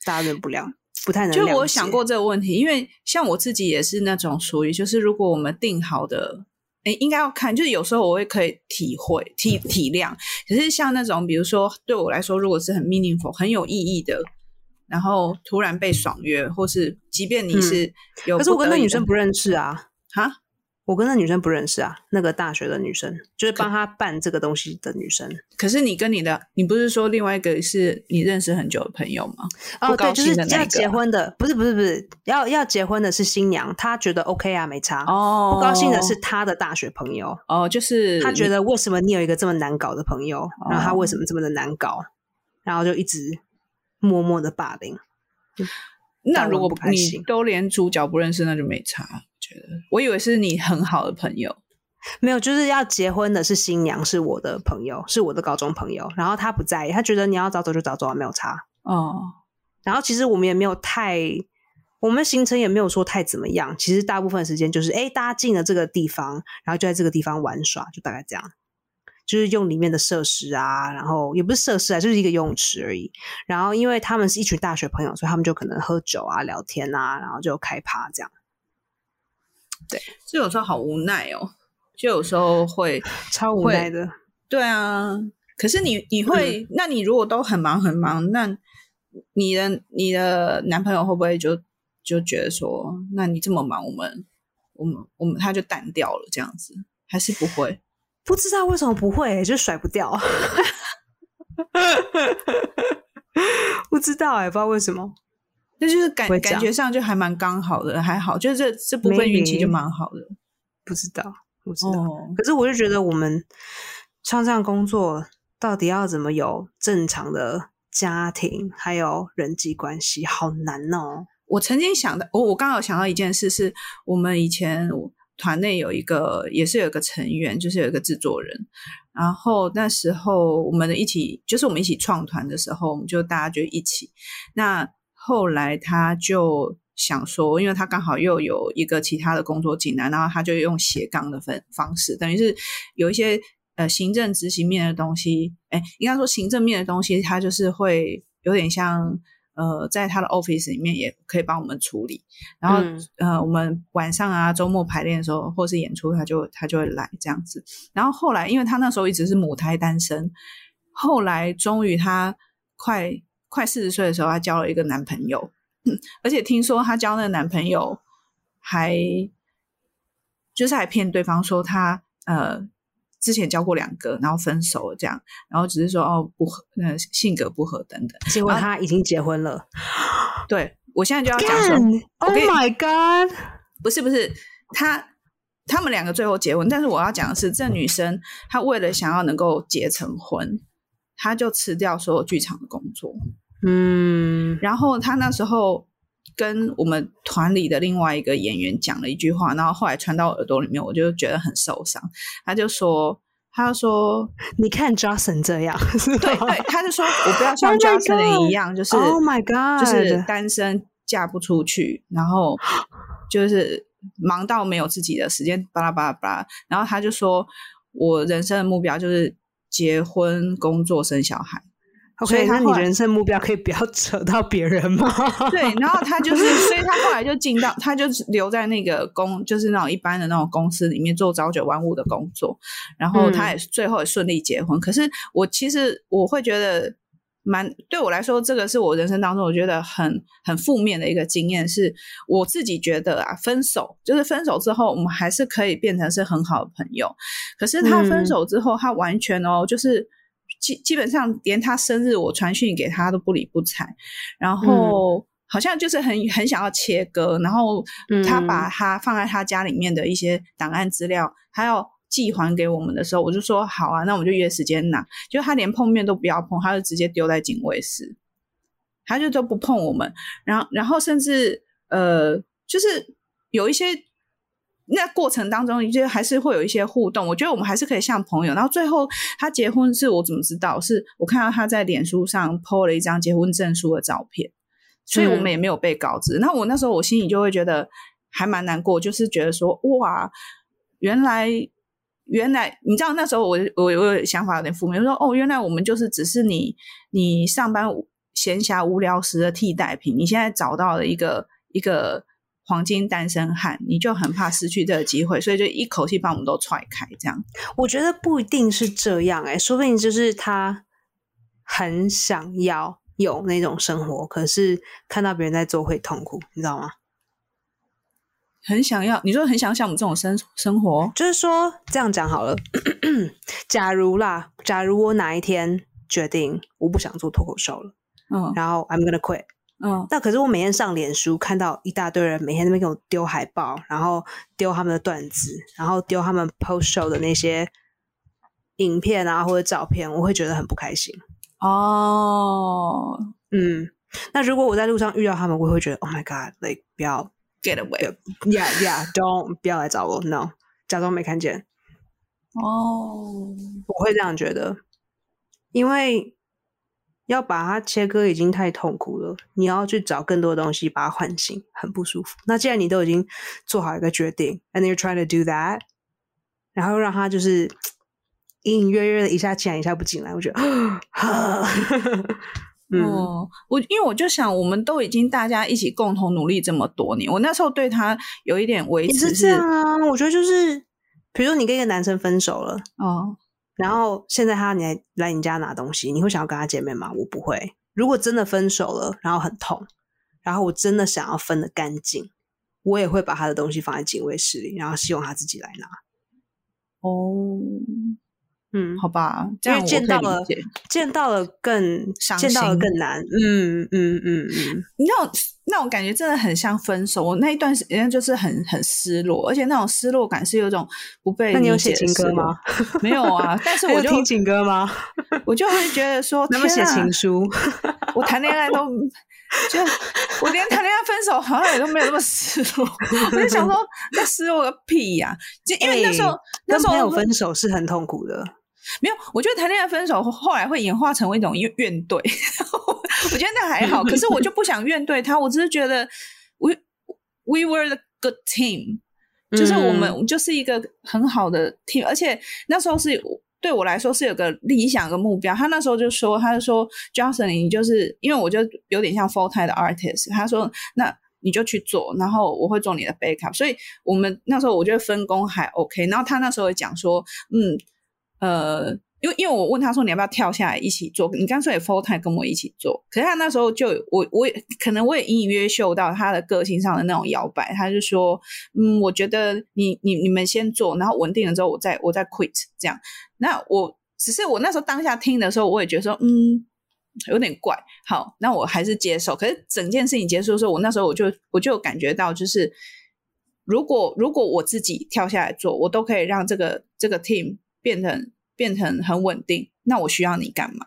[SPEAKER 1] 大家忍不了，不太能。
[SPEAKER 2] 就我有想过，这个问题，因为像我自己也是那种属于，就是如果我们定好的，哎，应该要看，就是有时候我会可以体会体体谅，可是像那种比如说对我来说，如果是很 meaningful 很有意义的。然后突然被爽约，或是即便你是有不得已
[SPEAKER 1] 嗯可
[SPEAKER 2] 的、
[SPEAKER 1] 是我跟那女生不认识啊，
[SPEAKER 2] 啊，
[SPEAKER 1] 我跟那女生不认识啊，那个大学的女生，就是帮他办这个东西的女生。
[SPEAKER 2] 可是你跟你的，你不是说另外一个是你认识很久的朋友吗？
[SPEAKER 1] 哦，
[SPEAKER 2] 不
[SPEAKER 1] 对，
[SPEAKER 2] 高
[SPEAKER 1] 就是
[SPEAKER 2] 兴的那
[SPEAKER 1] 要
[SPEAKER 2] 一个
[SPEAKER 1] 结婚的，不是不是不是，要要结婚的是新娘，她觉得 OK 啊，没差。
[SPEAKER 2] 哦
[SPEAKER 1] 不高兴的是她的大学朋友。
[SPEAKER 2] 哦，就是
[SPEAKER 1] 他觉
[SPEAKER 2] 你哦
[SPEAKER 1] 得为什么你有一个这么难搞的朋友，然后他为什么这么的难搞，然后就一直默默的霸凌。
[SPEAKER 2] 那如果
[SPEAKER 1] 当然不开
[SPEAKER 2] 你
[SPEAKER 1] 心
[SPEAKER 2] 都连主角不认识，那就没差。我觉得我以为是你很好的朋友，
[SPEAKER 1] 没有，就是要结婚的是新娘，是我的朋友，是我的高中朋友。然后他不在意，他觉得你要早走就早走啊，没有差。
[SPEAKER 2] 哦，
[SPEAKER 1] 然后其实我们也没有太，我们行程也没有说太怎么样。其实大部分时间就是，哎，大家进了这个地方，然后就在这个地方玩耍，就大概这样。就是用里面的设施啊，然后也不是设施啊，就是一个游泳池而已。然后因为他们是一群大学朋友，所以他们就可能喝酒啊、聊天啊，然后就开趴这样。
[SPEAKER 2] 这有时候好无奈哦，就有时候会，
[SPEAKER 1] 超无
[SPEAKER 2] 会
[SPEAKER 1] 奈的。
[SPEAKER 2] 对啊。可是你你会，
[SPEAKER 1] 嗯
[SPEAKER 2] 那你如果都很忙很忙，那你的你的男朋友会不会就就觉得说，那你这么忙，我们我们我们他就淡掉了这样子，还是不会？
[SPEAKER 1] 不知道为什么不会、就甩不掉。不知道哎、不知道为什么。
[SPEAKER 2] 那就是感
[SPEAKER 1] 不会这
[SPEAKER 2] 感
[SPEAKER 1] 样
[SPEAKER 2] 觉上就还蛮刚好的，还好，就是这这部分运气
[SPEAKER 1] Maybe
[SPEAKER 2] 就蛮好的。
[SPEAKER 1] 不知道，不知道。
[SPEAKER 2] 哦，
[SPEAKER 1] 可是我就觉得我们像这样工作，到底要怎么有正常的家庭还有人际关系，好难哦。
[SPEAKER 2] 我曾经想的，我我刚好想到一件事，是我们以前团内有一个，也是有一个成员，就是有一个制作人。然后那时候我们一起，就是我们一起创团的时候，我们就大家就一起。那后来他就想说，因为他刚好又有一个其他的工作进来，然后他就用斜杠的方方式，等于是有一些呃行政执行面的东西，哎，应该说行政面的东西，他就是会有点像呃，在他的 office 里面也可以帮我们处理。然后、
[SPEAKER 1] 嗯
[SPEAKER 2] 呃，我们晚上啊周末排练的时候，或是演出，他就他就会来这样子。然后后来，因为他那时候一直是母胎单身，后来终于他快快四十岁的时候，她交了一个男朋友， (laughs) 而且听说她交那个男朋友还就是还骗对方说她呃之前交过两个，然后分手了这样，然后只是说哦不合，呃性格不合等等。
[SPEAKER 1] 结果他已经结婚了。
[SPEAKER 2] 对我现在就要讲说，
[SPEAKER 1] ！Oh my god！
[SPEAKER 2] 不是不是，他他们两个最后结婚，但是我要讲的是，这女生她为了想要能够结成婚，她就辞掉所有剧场的工作。
[SPEAKER 1] 嗯，
[SPEAKER 2] 然后她那时候跟我们团里的另外一个演员讲了一句话，然后后来传到我耳朵里面，我就觉得很受伤。她就说，她就说，
[SPEAKER 1] 你看 Johnson 这样，
[SPEAKER 2] 对对，
[SPEAKER 1] (laughs)
[SPEAKER 2] 她就说我不要像
[SPEAKER 1] Oh my
[SPEAKER 2] Jocelyn
[SPEAKER 1] God
[SPEAKER 2] 一样，就是
[SPEAKER 1] Oh my
[SPEAKER 2] 就是
[SPEAKER 1] god！
[SPEAKER 2] 单身嫁不出去，然后就是忙到没有自己的时间，巴拉巴拉巴拉。然后他就说，我人生的目标就是结婚、工作、生小孩。所
[SPEAKER 1] OK，
[SPEAKER 2] 以
[SPEAKER 1] 那
[SPEAKER 2] 他
[SPEAKER 1] 你
[SPEAKER 2] 后来
[SPEAKER 1] 人生目标可以不要 (laughs) 扯到别人吗？
[SPEAKER 2] 对，然后他就是，所以他后来就进到，他就留在那个公，就是那种一般的那种公司里面做朝九晚五的工作，然后他也最后也顺利结婚。可是我其实我会觉得蛮，对我来说，这个是我人生当中我觉得很很负面的一个经验，是我自己觉得啊，分手就是分手之后，我们还是可以变成是很好的朋友，可是他分手之后，他完全哦，就是基基本上连他生日我传讯给他都不理不睬，然后好像就是很很想要切割，然后他把他放在他家里面的一些档案资料，他要寄还给我们的时候，我就说好啊，那我们就约时间拿。就他连碰面都不要碰，他就直接丢在警卫室，他就都不碰我们。然后，然后甚至呃，就是有一些那过程当中，就还是会有一些互动。我觉得我们还是可以像朋友。然后最后他结婚是我怎么知道？是我看到他在脸书上 PO 了一张结婚证书的照片，所以我们也没有被告知。那我那时候我心里就会觉得还蛮难过，就是觉得说哇，原来。原来你知道那时候我我我有想法有点负面，就说哦，原来我们就是只是你你上班无闲暇无聊时的替代品。你现在找到了一个一个黄金单身汉，你就很怕失去这个机会，所以就一口气把我们都踹开。这样
[SPEAKER 1] 我觉得不一定是这样、欸，说不定就是他很想要有那种生活，可是看到别人在做会痛苦，你知道吗？
[SPEAKER 2] 很想要，你说很想像我们这种生生活，
[SPEAKER 1] 就是说这样讲好了 (coughs) 假如啦，假如我哪一天决定我不想做脱口秀了，
[SPEAKER 2] 嗯
[SPEAKER 1] 然后 I'm gonna quit，
[SPEAKER 2] 嗯
[SPEAKER 1] 那可是我每天上脸书看到一大堆人每天在那边给我丢海报，然后丢他们的段子，然后丢他们 post show 的那些影片啊或者照片，我会觉得很不开心。
[SPEAKER 2] 嗯哦
[SPEAKER 1] 嗯，那如果我在路上遇到他们，我会觉得 Oh my God，like 不要
[SPEAKER 2] ，get away，
[SPEAKER 1] (laughs) ，Yeah Yeah，don't 不要来找我，No，假装没看见。
[SPEAKER 2] 哦，
[SPEAKER 1] 我会这样觉得，因为要把它切割已经太痛苦了，你要去找更多东西把它唤醒，很不舒服。那既然你都已经做好一个决定，and you're trying to do that，然后让它就是隐隐约约的一下进来，一下不进来，我觉得， (gasps) (laughs) 嗯，
[SPEAKER 2] 哦，我因为我就想，我们都已经大家一起共同努力这么多年，我那时候对他有一点维
[SPEAKER 1] 也
[SPEAKER 2] 持
[SPEAKER 1] 是这样啊。我觉得就是，比如说你跟一个男生分手了，
[SPEAKER 2] 哦，
[SPEAKER 1] 然后现在他来来你家拿东西，你会想要跟他见面吗？我不会。如果真的分手了，然后很痛，然后我真的想要分的干净，我也会把他的东西放在警卫室里，然后希望他自己来拿。
[SPEAKER 2] 哦，
[SPEAKER 1] 嗯，
[SPEAKER 2] 好吧，这
[SPEAKER 1] 因
[SPEAKER 2] 样
[SPEAKER 1] 为
[SPEAKER 2] 我
[SPEAKER 1] 见
[SPEAKER 2] 可以
[SPEAKER 1] 到
[SPEAKER 2] 理
[SPEAKER 1] 了
[SPEAKER 2] 解
[SPEAKER 1] 见到了更
[SPEAKER 2] 伤
[SPEAKER 1] 见到了
[SPEAKER 2] 心
[SPEAKER 1] 更难。嗯嗯嗯嗯，
[SPEAKER 2] 你那种那种感觉真的很像分手。我那一段时间就是很很失落，而且那种失落感是有一种不被
[SPEAKER 1] 那你有
[SPEAKER 2] 理解
[SPEAKER 1] 写
[SPEAKER 2] 的
[SPEAKER 1] 情歌
[SPEAKER 2] 失落
[SPEAKER 1] 吗？？
[SPEAKER 2] 没有啊，但
[SPEAKER 1] (laughs)
[SPEAKER 2] 是
[SPEAKER 1] 还
[SPEAKER 2] 我
[SPEAKER 1] 有
[SPEAKER 2] 就
[SPEAKER 1] 听情歌吗？
[SPEAKER 2] 我就会觉得说，
[SPEAKER 1] (laughs) 那么写
[SPEAKER 2] 天啊
[SPEAKER 1] 情书？
[SPEAKER 2] 我谈恋爱都就我连谈恋爱分手好像也都没有那么失落，我就想说那失落个屁呀、就因为那时候、
[SPEAKER 1] 哎
[SPEAKER 2] 那
[SPEAKER 1] 跟
[SPEAKER 2] 时候
[SPEAKER 1] 朋友分手是很痛苦的。
[SPEAKER 2] 没有，我觉得谈恋爱分手后来会演化成为一种怨怨怼， (laughs) 我觉得那还好，可是我就不想怨怼他，我只是觉得 we we were the good team，就是我们、
[SPEAKER 1] 嗯
[SPEAKER 2] 就是一个很好的 team，而且那时候是对我来说是有个理想跟目标。他那时候就说，他就说 Johnson，你就是因为我就有点像 full time 的 artist，他说那。你就去做，然后我会做你的 backup，所以我们那时候我觉得分工还 OK。然后他那时候也讲说，嗯，呃，因为因为我问他说你要不要跳下来一起做，你干脆也 full time 跟我一起做。可是他那时候就有我我也可能我也隐隐约约嗅到他的个性上的那种摇摆，他就说，嗯，我觉得你你你们先做，然后稳定了之后我再我再 quit 这样。那我只是我那时候当下听的时候，我也觉得说，嗯。有点怪，好，那我还是接受。可是整件事情结束的时候，我那时候我就我就有感觉到，就是如果如果我自己跳下来做，我都可以让这个这个 team 变成变成很稳定，那我需要你干嘛？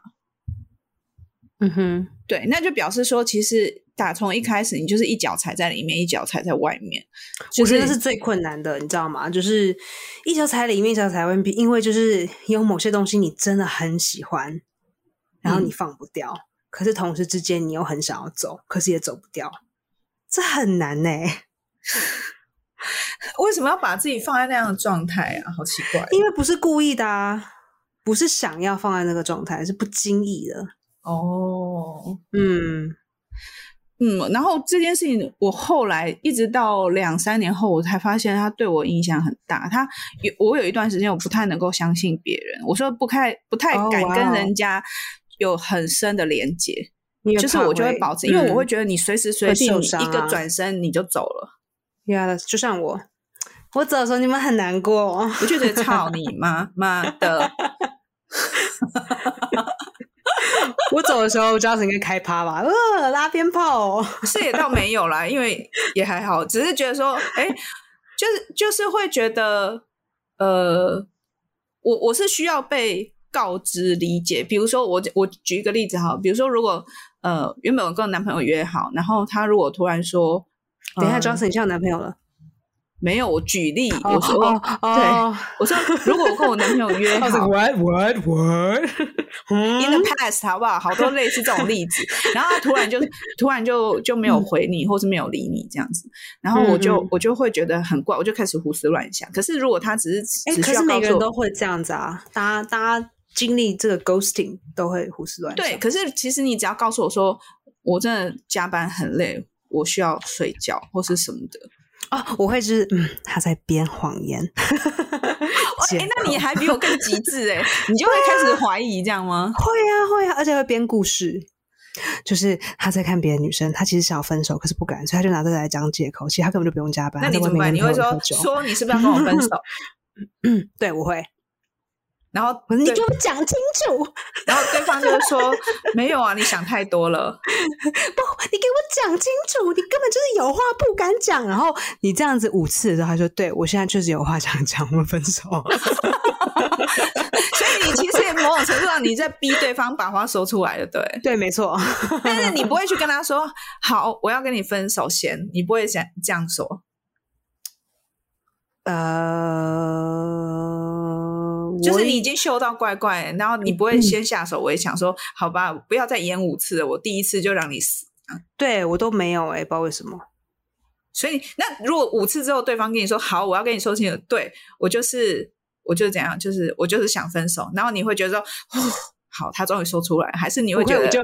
[SPEAKER 1] 嗯哼，
[SPEAKER 2] 对，那就表示说，其实打从一开始，你就是一脚踩在里面，一脚踩在外面。就
[SPEAKER 1] 我觉得是最困难的，你知道吗？就是一脚踩里面，一脚踩外面，因为就是有某些东西你真的很喜欢，
[SPEAKER 2] 嗯
[SPEAKER 1] 然后你放不掉，可是同时之间你又很想要走，可是也走不掉，这很难呢、
[SPEAKER 2] 为什么要把自己放在那样的状态啊？好奇怪
[SPEAKER 1] 因为不是故意的啊，不是想要放在那个状态，是不经意的。
[SPEAKER 2] 哦。
[SPEAKER 1] 嗯，
[SPEAKER 2] 嗯，然后这件事情，我后来一直到两三年后，我才发现他对我影响很大。他有我有一段时间，我不太能够相信别人，我说不太不太
[SPEAKER 1] 哦
[SPEAKER 2] 敢
[SPEAKER 1] 哇
[SPEAKER 2] 跟
[SPEAKER 1] 哦
[SPEAKER 2] 人家有很深的连接。
[SPEAKER 1] 因为
[SPEAKER 2] 就是
[SPEAKER 1] 怕嗯
[SPEAKER 2] 我就会保持，因为我会觉得你随时随地
[SPEAKER 1] 会受
[SPEAKER 2] 你
[SPEAKER 1] 伤
[SPEAKER 2] 一个
[SPEAKER 1] 啊
[SPEAKER 2] 转身你就走了，
[SPEAKER 1] 得，呀、就像我，我走的时候你们很难过，
[SPEAKER 2] 我就觉得操你妈妈的！
[SPEAKER 1] 我走的时候，嘉诚应该开趴吧，呃，拉鞭炮、哦。
[SPEAKER 2] 是也倒没有啦，因
[SPEAKER 1] (laughs)
[SPEAKER 2] 为也还好，只是觉得说，哎、就是就是会觉得，呃，我我是需要被告知理解。比如说我我举一个例子哈，比如说如果呃原本我跟我男朋友约好，然后他如果突然说，
[SPEAKER 1] 等一下
[SPEAKER 2] 呃
[SPEAKER 1] ，Johnson，你像有男朋友了？
[SPEAKER 2] 没有，我举例，我说、
[SPEAKER 1] 哦哦，
[SPEAKER 2] 我说如果我跟我男朋友
[SPEAKER 1] (laughs)
[SPEAKER 2] 约好，
[SPEAKER 1] what what what？
[SPEAKER 2] in the past 好不好？好多类似这种例子，然后他突然就突然就就没有回你，或是没有理你这样子，然后我就、
[SPEAKER 1] 嗯嗯
[SPEAKER 2] 我就会觉得很怪，我就开始胡思乱想。可是如果他只是
[SPEAKER 1] 哎、
[SPEAKER 2] 只
[SPEAKER 1] 可
[SPEAKER 2] 需要
[SPEAKER 1] 是每
[SPEAKER 2] 告
[SPEAKER 1] 个
[SPEAKER 2] 诉
[SPEAKER 1] 人
[SPEAKER 2] 我，
[SPEAKER 1] 都会这样子啊，大家大家经历这个 ghosting 都会胡思乱想。
[SPEAKER 2] 对，，可是其实你只要告诉我说，我真的加班很累，我需要睡觉或是什么的，
[SPEAKER 1] 哦，我会就是嗯，他在编谎言。 (laughs)
[SPEAKER 2] 哎、
[SPEAKER 1] 借
[SPEAKER 2] 那
[SPEAKER 1] 口
[SPEAKER 2] 你还比我更极致哎、你就会开始怀疑这样吗？
[SPEAKER 1] 会啊会啊，而且会编故事。就是他在看别的女生，他其实想要分手，可是不敢，所以他就拿这个来讲借口。其实他根本就不用加班，
[SPEAKER 2] 那你
[SPEAKER 1] 他在
[SPEAKER 2] 怎么
[SPEAKER 1] 外
[SPEAKER 2] 办？
[SPEAKER 1] 面
[SPEAKER 2] 你
[SPEAKER 1] 跟
[SPEAKER 2] 会
[SPEAKER 1] 朋友
[SPEAKER 2] 说
[SPEAKER 1] 喝酒
[SPEAKER 2] 说你是不是要跟我分手？
[SPEAKER 1] 嗯，对，我会，
[SPEAKER 2] 然 (laughs) 后
[SPEAKER 1] 我说你
[SPEAKER 2] 对
[SPEAKER 1] 给我讲清楚，
[SPEAKER 2] 然后对方就会说没有啊，你想太多了。
[SPEAKER 1] 不，你给我讲清楚，你根本就是有话不敢讲。然后你这样子五次的时候，他说：“对我现在确实有话想讲，我们分手。 (laughs)
[SPEAKER 2] 所以你其实也某种程度上你在逼对方把话说出来了，
[SPEAKER 1] (laughs)
[SPEAKER 2] 对”。
[SPEAKER 1] 对，没错，
[SPEAKER 2] 但是你不会去跟他说“好，我要跟你分手先”，你不会想这样说。
[SPEAKER 1] 呃，
[SPEAKER 2] 就是你已经嗅到怪怪了，然后你不会先下手为强，说好吧，不要再演五次了，我第一次就让你死。
[SPEAKER 1] 对我都没有哎、不知道为什么。
[SPEAKER 2] 所以，那如果五次之后对方跟你说好，我要跟你说清楚，对我就是我就是怎样，就是我就是想分手，然后你会觉得说，哦，好，他终于说出来，还是你会
[SPEAKER 1] 我
[SPEAKER 2] 觉
[SPEAKER 1] 会
[SPEAKER 2] 得
[SPEAKER 1] 我就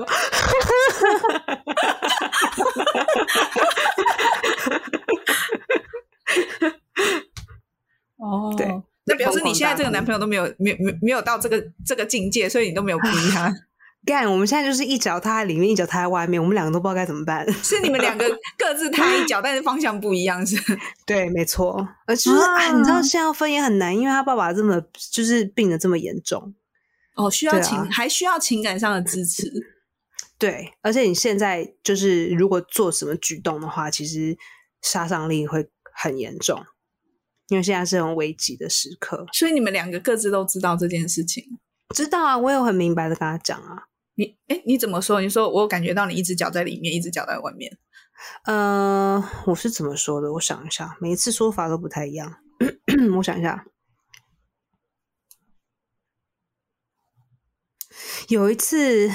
[SPEAKER 2] 哦
[SPEAKER 1] 对，
[SPEAKER 2] 那表示你现在这个
[SPEAKER 1] 疯狂大哭
[SPEAKER 2] 男朋友都没有没有没有没有到这个这个境界，所以你都没有逼 (laughs) 他，
[SPEAKER 1] 干，我们现在就是一脚踏在里面，一脚踏在外面，我们两个都不知道该怎么办。 (laughs)
[SPEAKER 2] 是你们两个各自踏一 (laughs) 脚，但是方向不一样，是
[SPEAKER 1] 对，没错，而就是、啊，你知道现在要分也很难，因为他爸爸这么就是病的这么严重，
[SPEAKER 2] 哦，需要
[SPEAKER 1] 对啊
[SPEAKER 2] 情、还需要情感上的支持，
[SPEAKER 1] 对，而且你现在就是如果做什么举动的话，其实杀伤力会很严重，因为现在是很危急的时刻。
[SPEAKER 2] 所以你们两个各自都知道这件事情。
[SPEAKER 1] 知道啊，我有很明白的跟他讲啊，
[SPEAKER 2] 你哎，你怎么说？你说我感觉到你一只脚在里面，一只脚在外面。
[SPEAKER 1] 呃，我是怎么说的？我想一下，每一次说法都不太一样。 (coughs) 我想一下，有一次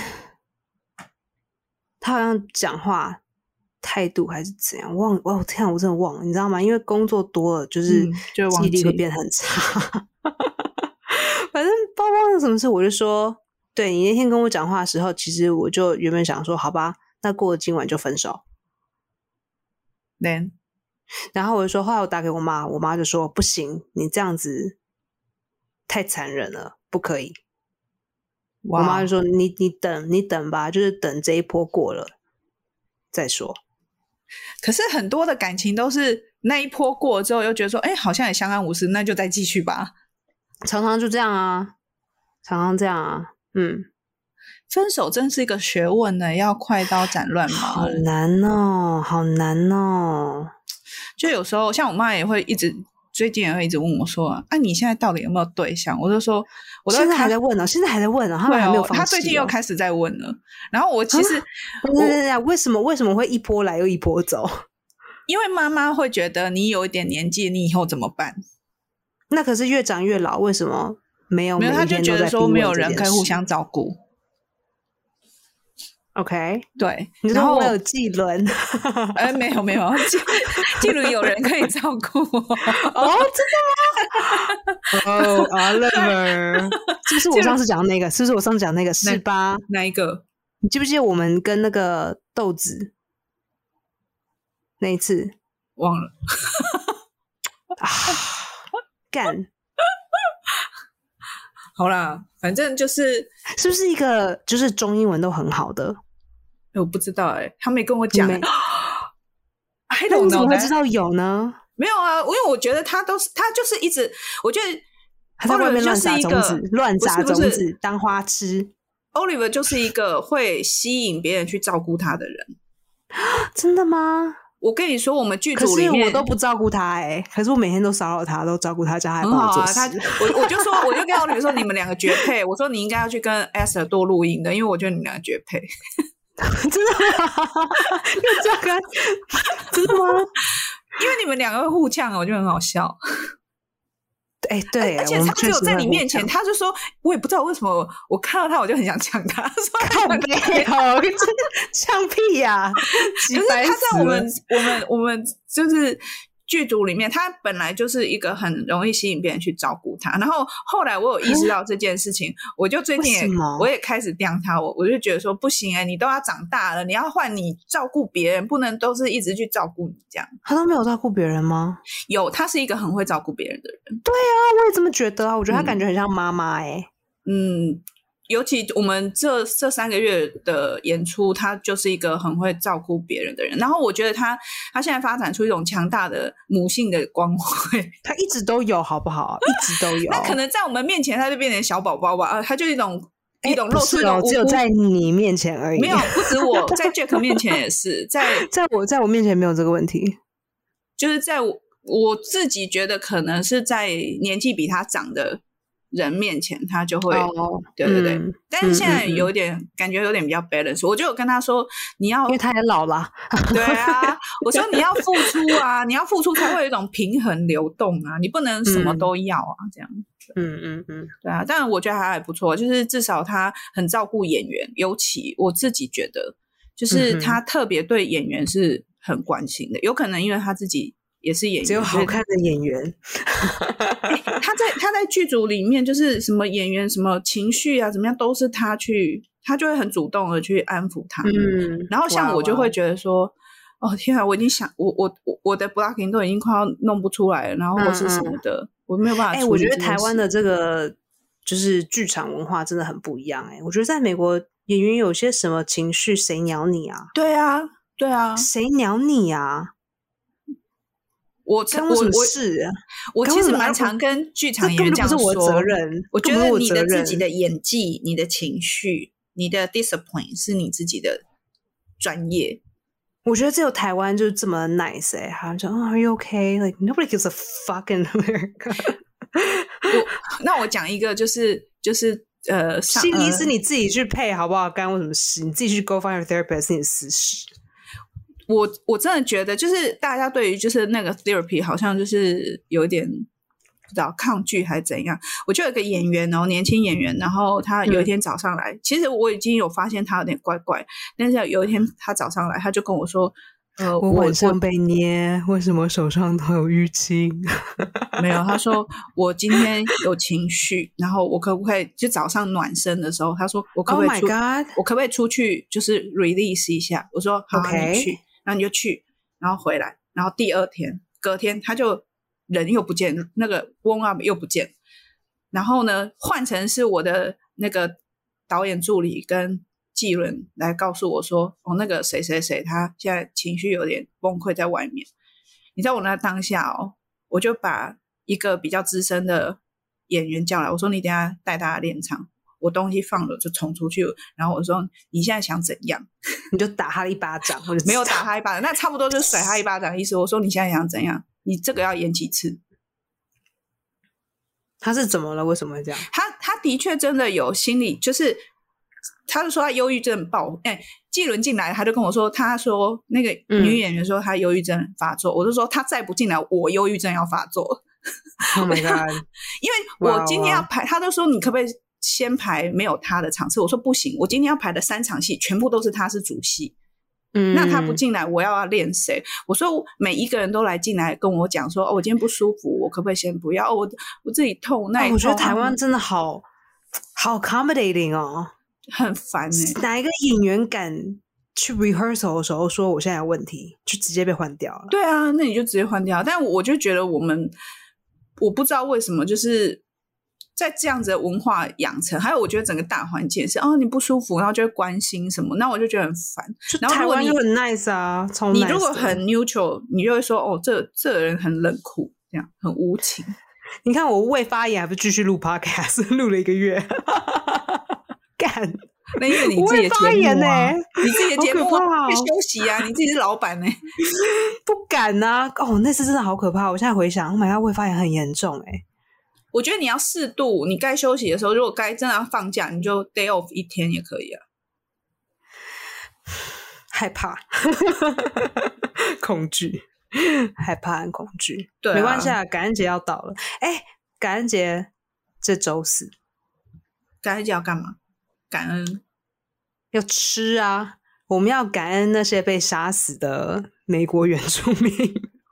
[SPEAKER 1] 他好像讲话态度还是怎样，忘哦天啊，我真的忘了，你知道吗？因为工作多了，就是
[SPEAKER 2] 嗯
[SPEAKER 1] 记
[SPEAKER 2] 就会忘
[SPEAKER 1] 忆力会
[SPEAKER 2] 记
[SPEAKER 1] 变得很差。 (laughs) 反正包忘了什么事，我就说，对你那天跟我讲话的时候，其实我就原本想说，好吧，那过了今晚就分手。
[SPEAKER 2] Then
[SPEAKER 1] 然后我就说，后来我打给我妈，我妈就说不行，你这样子太残忍了，不可以。我
[SPEAKER 2] 哇
[SPEAKER 1] 妈就说你你等你等吧，就是等这一波过了再说。
[SPEAKER 2] 可是很多的感情都是那一波过了之后，又觉得说，哎，好像也相安无事，那就再继续吧。
[SPEAKER 1] 常常就这样啊，常常这样啊，嗯，
[SPEAKER 2] 分手真是一个学问呢，要快刀斩乱麻 (laughs)
[SPEAKER 1] 好。难哦，好难哦。
[SPEAKER 2] 就有时候像我妈也会一直，最近也会一直问我说，啊，你现在到底有没有对象？我就说，我都
[SPEAKER 1] 现在还
[SPEAKER 2] 看
[SPEAKER 1] 在问哦，现在还在问哦，他
[SPEAKER 2] 对
[SPEAKER 1] 们还没有
[SPEAKER 2] 哦，
[SPEAKER 1] 放弃、啊
[SPEAKER 2] 她最近又，开始在问了。然后我其实
[SPEAKER 1] 对对对对，为什么为什么会一波来又一波走？
[SPEAKER 2] 因为妈妈会觉得你有一点年纪，你以后怎么办？
[SPEAKER 1] 那可是越长越老，为什么没有
[SPEAKER 2] 没有，
[SPEAKER 1] 哦每一
[SPEAKER 2] 她就
[SPEAKER 1] 天
[SPEAKER 2] 觉
[SPEAKER 1] 都
[SPEAKER 2] 得
[SPEAKER 1] 在
[SPEAKER 2] 说
[SPEAKER 1] 逼
[SPEAKER 2] 没
[SPEAKER 1] 问
[SPEAKER 2] 有
[SPEAKER 1] 这
[SPEAKER 2] 人
[SPEAKER 1] 件
[SPEAKER 2] 可以互
[SPEAKER 1] 事
[SPEAKER 2] 相照顾。
[SPEAKER 1] OK。
[SPEAKER 2] 对，
[SPEAKER 1] 你
[SPEAKER 2] 然
[SPEAKER 1] 说
[SPEAKER 2] 后
[SPEAKER 1] 我有技能
[SPEAKER 2] 哎，没有没有，静静茹有人可以照顾我。 (laughs)
[SPEAKER 1] 哦，真的吗？ (laughs) 哦 i love 是不是我上次讲的那个？是不是我上次讲的那个？是吧？
[SPEAKER 2] 哪一个？
[SPEAKER 1] 你记不记得我们跟那个豆子那一次
[SPEAKER 2] 忘了。
[SPEAKER 1] 啊？干，
[SPEAKER 2] 好啦，反正就是
[SPEAKER 1] 是不是一个就是中英文都很好的？
[SPEAKER 2] 我不知道哎、他没跟我讲、
[SPEAKER 1] 你
[SPEAKER 2] 欸
[SPEAKER 1] 没。
[SPEAKER 2] (gasps) I
[SPEAKER 1] 那
[SPEAKER 2] don't
[SPEAKER 1] 你怎么
[SPEAKER 2] know
[SPEAKER 1] 会
[SPEAKER 2] 呢
[SPEAKER 1] 知道有呢？
[SPEAKER 2] 没有啊，因为我觉得他都是他就是一直，我觉得
[SPEAKER 1] 他在外面
[SPEAKER 2] Oliver
[SPEAKER 1] 乱
[SPEAKER 2] 就是
[SPEAKER 1] 撒
[SPEAKER 2] 一
[SPEAKER 1] 种
[SPEAKER 2] 个
[SPEAKER 1] 子，乱撒
[SPEAKER 2] 不是
[SPEAKER 1] 种
[SPEAKER 2] 不是
[SPEAKER 1] 子当花痴，
[SPEAKER 2] Oliver 就是一个会吸引别人去照顾他的人。
[SPEAKER 1] 真的吗？
[SPEAKER 2] 我跟你说，我们剧
[SPEAKER 1] 可
[SPEAKER 2] 组里
[SPEAKER 1] 是
[SPEAKER 2] 面
[SPEAKER 1] 我都不照顾他哎、可是我每天都骚扰他，都照顾他，叫他来
[SPEAKER 2] 很
[SPEAKER 1] 帮我
[SPEAKER 2] 好
[SPEAKER 1] 做
[SPEAKER 2] 啊，
[SPEAKER 1] 事。
[SPEAKER 2] 他我我就说，我就跟 Oliver 说，你们两个绝配。我说你应该要去跟 Esther 多录音的，因为我觉得你们两个绝配。
[SPEAKER 1] (laughs) 真的吗？ (laughs) 又这样
[SPEAKER 2] (laughs)
[SPEAKER 1] 跟他真的吗？
[SPEAKER 2] 因为你们两个会互呛，啊我觉得很好笑。
[SPEAKER 1] 哎、对，
[SPEAKER 2] 而且
[SPEAKER 1] 我们
[SPEAKER 2] 他只
[SPEAKER 1] 确
[SPEAKER 2] 有
[SPEAKER 1] 实
[SPEAKER 2] 在
[SPEAKER 1] 会
[SPEAKER 2] 你
[SPEAKER 1] 互
[SPEAKER 2] 面
[SPEAKER 1] 呛
[SPEAKER 2] 前，他就说，我也不知道为什么，我看到他我就很想呛他。 (laughs) 他说
[SPEAKER 1] 靠背哦，真的像屁呀、
[SPEAKER 2] 可是
[SPEAKER 1] 白
[SPEAKER 2] 他
[SPEAKER 1] 死
[SPEAKER 2] 在我们
[SPEAKER 1] 了 (laughs)
[SPEAKER 2] 我们我们就是剧组里面，他本来就是一个很容易吸引别人去照顾他。然后后来我有意识到这件事情，我就最近
[SPEAKER 1] 为什
[SPEAKER 2] 也
[SPEAKER 1] 么
[SPEAKER 2] 我也开始刁他，我我就觉得说不行哎、你都要长大了，你要换你照顾别人，不能都是一直去照顾你这样。
[SPEAKER 1] 他都没有照顾别人吗？
[SPEAKER 2] 有，他是一个很会照顾别人的人，
[SPEAKER 1] 那我也这么觉得啊，我觉得他
[SPEAKER 2] 嗯
[SPEAKER 1] 感觉很像妈妈哎。
[SPEAKER 2] 嗯。尤其我们这这三个月的演出，他就是一个很会照顾别人的人。然后我觉得他他现在发展出一种强大的母性的光辉，
[SPEAKER 1] 他一直都有，好
[SPEAKER 2] (laughs)
[SPEAKER 1] 不好？一直都有。
[SPEAKER 2] 那可能在我们面前，他就变成小宝宝吧，啊，他就一种一种
[SPEAKER 1] 不
[SPEAKER 2] 露出
[SPEAKER 1] 是
[SPEAKER 2] 一种
[SPEAKER 1] 哦，
[SPEAKER 2] 无辜，
[SPEAKER 1] 只有在你 (laughs) 面前而已。
[SPEAKER 2] 没有，不止我在 Jack 面前也是，在
[SPEAKER 1] 在我在我面前没有这个问题。
[SPEAKER 2] 就是在我我自己觉得可能是在年纪比他长的人面前，他就会，
[SPEAKER 1] 哦，
[SPEAKER 2] 对对对。
[SPEAKER 1] 嗯
[SPEAKER 2] 但是现在
[SPEAKER 1] 嗯嗯嗯
[SPEAKER 2] 有点、感觉有点比较 balance，我就有跟他说，你要
[SPEAKER 1] 因为他也老了，
[SPEAKER 2] 对
[SPEAKER 1] (laughs)
[SPEAKER 2] 啊，我说你要付出啊，你要付出才会有一种平衡流动啊，你不能什么
[SPEAKER 1] 嗯
[SPEAKER 2] 都要啊，这样
[SPEAKER 1] 嗯嗯嗯，
[SPEAKER 2] 对啊。但我觉得他还不错，就是至少他很照顾演员，尤其我自己觉得，就是
[SPEAKER 1] 嗯哼
[SPEAKER 2] 他特别对演员是很关心的。有可能因为他自己也是演员，
[SPEAKER 1] 只有
[SPEAKER 2] 所
[SPEAKER 1] 好
[SPEAKER 2] 以
[SPEAKER 1] 看的演员，
[SPEAKER 2] 他在他在剧组里面就是什么演员什么情绪啊，怎么样都是他去，他就会很主动的去安抚他们。
[SPEAKER 1] 嗯，
[SPEAKER 2] 然后像
[SPEAKER 1] 哇
[SPEAKER 2] 我就
[SPEAKER 1] 哇
[SPEAKER 2] 会觉得说，哦天啊，我已经想我我我我的 blocking 都已经快要弄不出来了，然后或是什么的，我没有办法。
[SPEAKER 1] 嗯哎、我觉得台湾的这个就是剧场文化真的很不一样哎、我觉得在美国演员有些什么情绪，谁鸟你啊？
[SPEAKER 2] 对啊对啊，
[SPEAKER 1] 谁鸟你啊？
[SPEAKER 2] 我
[SPEAKER 1] 干
[SPEAKER 2] 我
[SPEAKER 1] 我什么
[SPEAKER 2] 我
[SPEAKER 1] 事啊？
[SPEAKER 2] 我
[SPEAKER 1] 干
[SPEAKER 2] 其
[SPEAKER 1] 我
[SPEAKER 2] 实
[SPEAKER 1] 什么
[SPEAKER 2] 蛮
[SPEAKER 1] 我
[SPEAKER 2] 常跟剧
[SPEAKER 1] 这
[SPEAKER 2] 场
[SPEAKER 1] 根
[SPEAKER 2] 演
[SPEAKER 1] 本
[SPEAKER 2] 员这
[SPEAKER 1] 就不
[SPEAKER 2] 样
[SPEAKER 1] 是
[SPEAKER 2] 说，
[SPEAKER 1] 我的责任，
[SPEAKER 2] 我觉
[SPEAKER 1] 根本
[SPEAKER 2] 得
[SPEAKER 1] 不
[SPEAKER 2] 你
[SPEAKER 1] 是我责
[SPEAKER 2] 的自
[SPEAKER 1] 任
[SPEAKER 2] 己的演技、你的情绪、你的 discipline 是你自己的专业。
[SPEAKER 1] 我觉得只有台湾就是这么 nice 哎、好像说啊、a r e you okay? Like nobody gives a fuck in America。
[SPEAKER 2] (laughs) 那我讲一个，就是就是呃，上
[SPEAKER 1] 心理
[SPEAKER 2] 呃
[SPEAKER 1] 是你自己去配好不好？干我什么事？你自己去 go find your therapist 是你的私事。
[SPEAKER 2] 我我真的觉得，就是大家对于就是那个 therapy 好像就是有一点不知道抗拒还是怎样。我就有一个演员哦，年轻演员，然后他
[SPEAKER 1] 嗯
[SPEAKER 2] 有一天早上来，其实我已经有发现他有点怪怪，但是有一天他早上来，他就跟我说：“呃，
[SPEAKER 1] 我
[SPEAKER 2] 我
[SPEAKER 1] 晚上被捏，为什么手上都有淤青？ (laughs)
[SPEAKER 2] 没有。”他说：“我今天有情绪，然后我可不可以就早上暖身的时候，他说我可不
[SPEAKER 1] Oh
[SPEAKER 2] 可以
[SPEAKER 1] my
[SPEAKER 2] 出
[SPEAKER 1] god！
[SPEAKER 2] 我可不可以出去就是 release 一下？我说好啊
[SPEAKER 1] OK
[SPEAKER 2] 你去，然后你就去，然后回来，然后第二天隔天他就人又不见，那个 warm up 又不见，然后呢换成是我的那个导演助理跟纪伦来告诉我说，哦那个谁谁谁他现在情绪有点崩溃在外面，你知道我那当下哦，我就把一个比较资深的演员叫来，我说你等一下带大家练场。我东西放了就冲出去，然后我说你现在想怎样？
[SPEAKER 1] (laughs) 你就打他一巴掌，或者
[SPEAKER 2] 没有打他一巴掌，那差不多就甩他一巴掌的意思。我说你现在想怎样？你这个要演几次？
[SPEAKER 1] 他是怎么了？为什么会这样？
[SPEAKER 2] 他他的确真的有心理，就是他就说他忧郁症爆，哎、纪伦进来他就跟我说，他说那个
[SPEAKER 1] 嗯
[SPEAKER 2] 女演员说她忧郁症发作，我就说她再不进来，我忧郁症要发作，(laughs)
[SPEAKER 1] Oh my god！
[SPEAKER 2] 因为我
[SPEAKER 1] 哇哦
[SPEAKER 2] 今天要
[SPEAKER 1] 哇
[SPEAKER 2] 排，他都说你可不可以先排没有他的场次？我说不行，我今天要排的三场戏全部都是他是主戏，
[SPEAKER 1] 嗯
[SPEAKER 2] 那他不，进来，我要练谁？我说每一个人都来进来跟我讲说，哦，我今天不舒服，我可不可以先不要？哦、我我自己痛，那、
[SPEAKER 1] 哦我觉得台湾真的好好 accommodating 哦。
[SPEAKER 2] 很烦哎、
[SPEAKER 1] 哪一个演员敢去 rehearsal 的时候说我现在有问题，就直接被换掉了？
[SPEAKER 2] 对啊，那你就直接换掉。但我就觉得我们，我不知道为什么，就是在这样子的文化养成，还有我觉得整个大环境也是，哦，你不舒服，然后就会关心什么，那我就觉得很烦。
[SPEAKER 1] 就
[SPEAKER 2] 然后
[SPEAKER 1] 台
[SPEAKER 2] 如果
[SPEAKER 1] 湾
[SPEAKER 2] 你
[SPEAKER 1] 就很 nice 啊，超 nice
[SPEAKER 2] 你
[SPEAKER 1] 的
[SPEAKER 2] 如果很 neutral，你就会说，哦，这这人很冷酷，这样很无情。
[SPEAKER 1] 你看我胃发炎还不继续录 podcast，录 (laughs) 了一个月，干
[SPEAKER 2] 那因为你自己的
[SPEAKER 1] 我会发
[SPEAKER 2] 节
[SPEAKER 1] 言
[SPEAKER 2] 目啊，
[SPEAKER 1] 欸
[SPEAKER 2] 你自己的节目
[SPEAKER 1] 好可怕哦
[SPEAKER 2] 会休息啊，你自己是老板呢、
[SPEAKER 1] 不敢呐、哦，那次真的好可怕，我现在回想，Oh my god，胃发炎很严重哎、
[SPEAKER 2] 我觉得你要适度，你该休息的时候，如果该真的要放假，你就 day off 一天也可以啊。(laughs)
[SPEAKER 1] 害怕、恐惧、害怕和恐惧。
[SPEAKER 2] 对啊
[SPEAKER 1] 没关系啊，感恩节要到了。哎，感恩节这周四
[SPEAKER 2] 感恩节要干嘛？感恩
[SPEAKER 1] 要吃啊，我们要感恩那些被杀死的美国原住民，，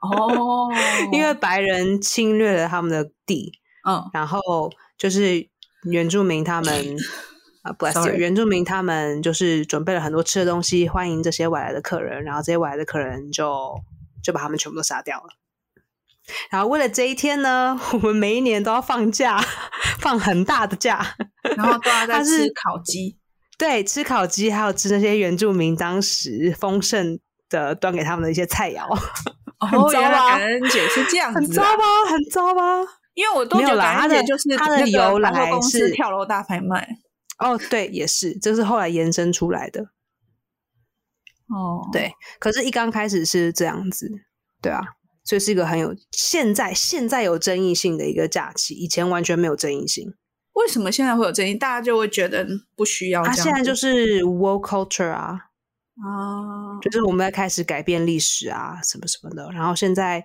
[SPEAKER 2] 哦
[SPEAKER 1] 因为白人侵略了他们的地，
[SPEAKER 2] 嗯
[SPEAKER 1] 然后就是原住民
[SPEAKER 2] (laughs)
[SPEAKER 1] 他们啊，bless you，
[SPEAKER 2] Sorry
[SPEAKER 1] 原住民他们就是准备了很多吃的东西，欢迎这些外来的客人，然后这些外来的客人就就把他们全部都杀掉了。然后为了这一天呢， (laughs) 我们每一年都要放假， (laughs) 放很大的假，
[SPEAKER 2] 然后都要在
[SPEAKER 1] 它是
[SPEAKER 2] 吃烤鸡，
[SPEAKER 1] 对，吃烤鸡，还有吃那些原住民当时丰盛的端给他们的一些菜 (laughs) 肴，很
[SPEAKER 2] 哦，
[SPEAKER 1] 糟
[SPEAKER 2] 原来
[SPEAKER 1] 啊
[SPEAKER 2] 感恩节是这样
[SPEAKER 1] 很
[SPEAKER 2] 子
[SPEAKER 1] 糟
[SPEAKER 2] 啊、
[SPEAKER 1] 吧？很糟吧？
[SPEAKER 2] 因为我都
[SPEAKER 1] 没
[SPEAKER 2] 觉
[SPEAKER 1] 有
[SPEAKER 2] 得
[SPEAKER 1] 啦
[SPEAKER 2] 感恩
[SPEAKER 1] 它
[SPEAKER 2] 节
[SPEAKER 1] 的
[SPEAKER 2] 就是
[SPEAKER 1] 它的
[SPEAKER 2] 那个
[SPEAKER 1] 由
[SPEAKER 2] 百货
[SPEAKER 1] 来
[SPEAKER 2] 公司
[SPEAKER 1] 是
[SPEAKER 2] 跳楼大拍卖
[SPEAKER 1] 哦，对，也是，这是后来延伸出来的。
[SPEAKER 2] 哦，
[SPEAKER 1] 对，可是，一刚开始是这样子，对啊，所以是一个很有现在现在有争议性的一个假期，以前完全没有争议性。
[SPEAKER 2] 为什么现在会有争议？大家就会觉得不需要这
[SPEAKER 1] 它
[SPEAKER 2] 样子。
[SPEAKER 1] 啊现在就是 world culture 啊，
[SPEAKER 2] 啊，
[SPEAKER 1] 就是我们在开始改变历史啊，什么什么的。然后现在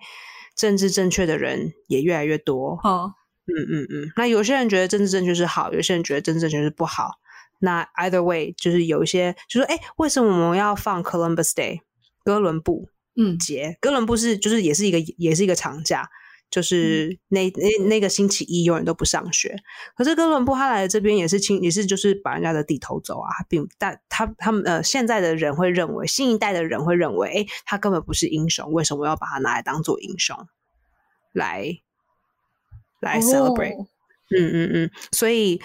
[SPEAKER 1] 政治正确的人也越来越多。
[SPEAKER 2] 哦，
[SPEAKER 1] 嗯嗯嗯。那有些人觉得政治正确是好，有些人觉得政治正确是不好。那 either way，就是有一些就说，哎，为什么我们要放 Columbus Day 哥伦布
[SPEAKER 2] 嗯
[SPEAKER 1] 节？哥伦布是就是也是一个也是一个长假，就是那、那那个星期一永远都不上学。可是哥伦布他来这边也是侵，也是就是把人家的地偷走啊，他并但他他们呃现在的人会认为，新一代的人会认为，哎，他根本不是英雄，为什么要把他拿来当做英雄来来 celebrate？、
[SPEAKER 2] 哦
[SPEAKER 1] 嗯嗯嗯，所以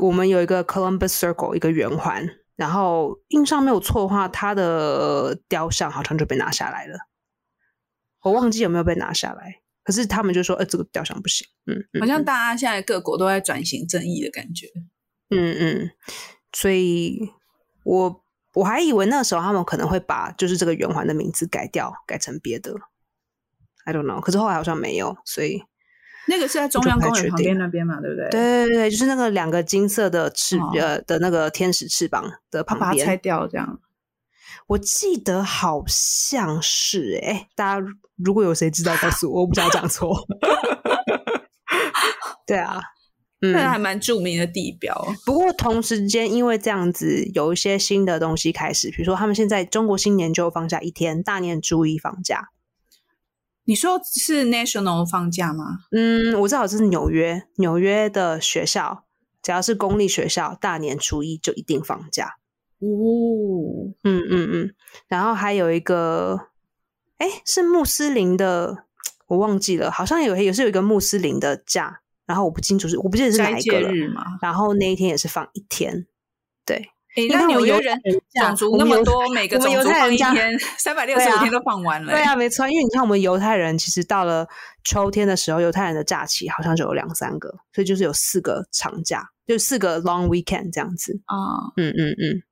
[SPEAKER 1] 我们有一个 Columbus Circle 一个圆环，然后印象没有错的话，他的雕像好像就被拿下来了，我忘记有没有被拿下来。可是他们就说，呃，这个雕像不行。嗯，嗯
[SPEAKER 2] 好像大家现在各国都在转型正义的感觉。
[SPEAKER 1] 嗯嗯，所以我我还以为那时候他们可能会把就是这个圆环的名字改掉，改成别的。I don't know，可是后来好像没有，所以
[SPEAKER 2] 那个是在中
[SPEAKER 1] 我就
[SPEAKER 2] 央
[SPEAKER 1] 不太
[SPEAKER 2] 公
[SPEAKER 1] 确
[SPEAKER 2] 园旁
[SPEAKER 1] 定
[SPEAKER 2] 边那边嘛，对不对？，
[SPEAKER 1] 对对对，就是那个两个金色的翅、
[SPEAKER 2] 哦
[SPEAKER 1] 呃的那个天使翅膀的旁
[SPEAKER 2] 把它拆
[SPEAKER 1] 边，
[SPEAKER 2] 掉这样。
[SPEAKER 1] 我记得好像是哎、诶大家如果有谁知道告诉我，我不想讲错。 (laughs) 对啊，嗯，
[SPEAKER 2] 那还蛮著名的地标，
[SPEAKER 1] 不过同时间，因为这样子有一些新的东西开始，比如说他们现在中国新年就放假一天，大年初一放假。
[SPEAKER 2] 你说是 national 放假吗？
[SPEAKER 1] 嗯，我知道这是纽约，纽约的学校只要是公立学校，大年初一就一定放假。
[SPEAKER 2] 哦，
[SPEAKER 1] 嗯嗯嗯，然后还有一个，哎，是穆斯林的，我忘记了，好像有也是有一个穆斯林的假，然后我不清楚是我不记得是哪
[SPEAKER 2] 斋
[SPEAKER 1] 一
[SPEAKER 2] 戒
[SPEAKER 1] 个了。
[SPEAKER 2] 日嘛。
[SPEAKER 1] 然后那一天也是放一天，对。
[SPEAKER 2] 诶
[SPEAKER 1] 你
[SPEAKER 2] 那
[SPEAKER 1] 看我
[SPEAKER 2] 纽
[SPEAKER 1] 们犹
[SPEAKER 2] 约
[SPEAKER 1] 太
[SPEAKER 2] 人
[SPEAKER 1] 人假
[SPEAKER 2] 种族
[SPEAKER 1] 我
[SPEAKER 2] 那
[SPEAKER 1] 们
[SPEAKER 2] 么
[SPEAKER 1] 犹太
[SPEAKER 2] 多，每个
[SPEAKER 1] 我们
[SPEAKER 2] 种
[SPEAKER 1] 犹
[SPEAKER 2] 族
[SPEAKER 1] 太
[SPEAKER 2] 放
[SPEAKER 1] 人
[SPEAKER 2] 一
[SPEAKER 1] 假
[SPEAKER 2] 天，三百六
[SPEAKER 1] 对
[SPEAKER 2] 十五
[SPEAKER 1] 啊
[SPEAKER 2] 天都放完了、
[SPEAKER 1] 对啊，没错，因为你看我们犹太人，其实到了秋天的时候，犹太人的假期好像就有两三个，所以就是有四个长假，就四个 long weekend 这样子。
[SPEAKER 2] 啊、
[SPEAKER 1] 嗯嗯嗯，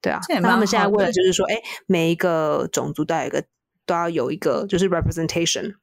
[SPEAKER 1] 对啊。
[SPEAKER 2] 这也
[SPEAKER 1] 那他
[SPEAKER 2] 蛮
[SPEAKER 1] 们现在
[SPEAKER 2] 好
[SPEAKER 1] 为了
[SPEAKER 2] 的
[SPEAKER 1] 就是说，哎，每一个种族都要有一个都要有一个就是 representation。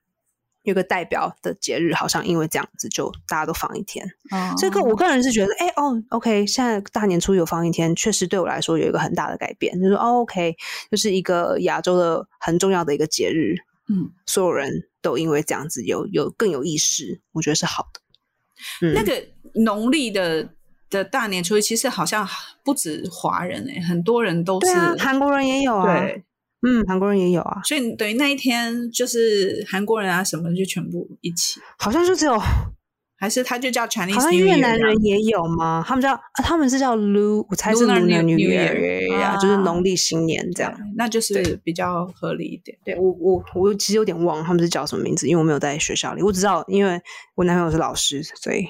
[SPEAKER 1] 有个代表的节日，好像因为这样子，就大家都放一天。
[SPEAKER 2] 哦
[SPEAKER 1] 这个我个人是觉得，哎、哦，OK，现在大年初一有放一天，确实对我来说有一个很大的改变，就是哦，OK，就是一个亚洲的很重要的一个节日，
[SPEAKER 2] 嗯，
[SPEAKER 1] 所有人都因为这样子有有更有意识，我觉得是好的。嗯
[SPEAKER 2] 那个农历的的大年初一，其实好像不止华人诶、很多人都
[SPEAKER 1] 对
[SPEAKER 2] 是
[SPEAKER 1] 啊，韩国人也有啊，
[SPEAKER 2] 对
[SPEAKER 1] 嗯，韩国人也有啊，
[SPEAKER 2] 所以等于那一天就是韩国人啊什么的就全部一起，
[SPEAKER 1] 好像就只有好
[SPEAKER 2] 还是他就叫 Chinese
[SPEAKER 1] 像
[SPEAKER 2] New
[SPEAKER 1] 越
[SPEAKER 2] Year
[SPEAKER 1] 南
[SPEAKER 2] 这样
[SPEAKER 1] 人也有吗？他们叫、啊他们是叫 Lu，我猜是
[SPEAKER 2] Lunar New-
[SPEAKER 1] Lunar New
[SPEAKER 2] New
[SPEAKER 1] Year，
[SPEAKER 2] Year
[SPEAKER 1] 呀就是
[SPEAKER 2] 啊
[SPEAKER 1] 农历新年这样。
[SPEAKER 2] 对那就是比较合理一点。
[SPEAKER 1] 对我我我其实有点忘了他们是叫什么名字，因为我没有在学校里，我只知道因为我男朋友是老师，所以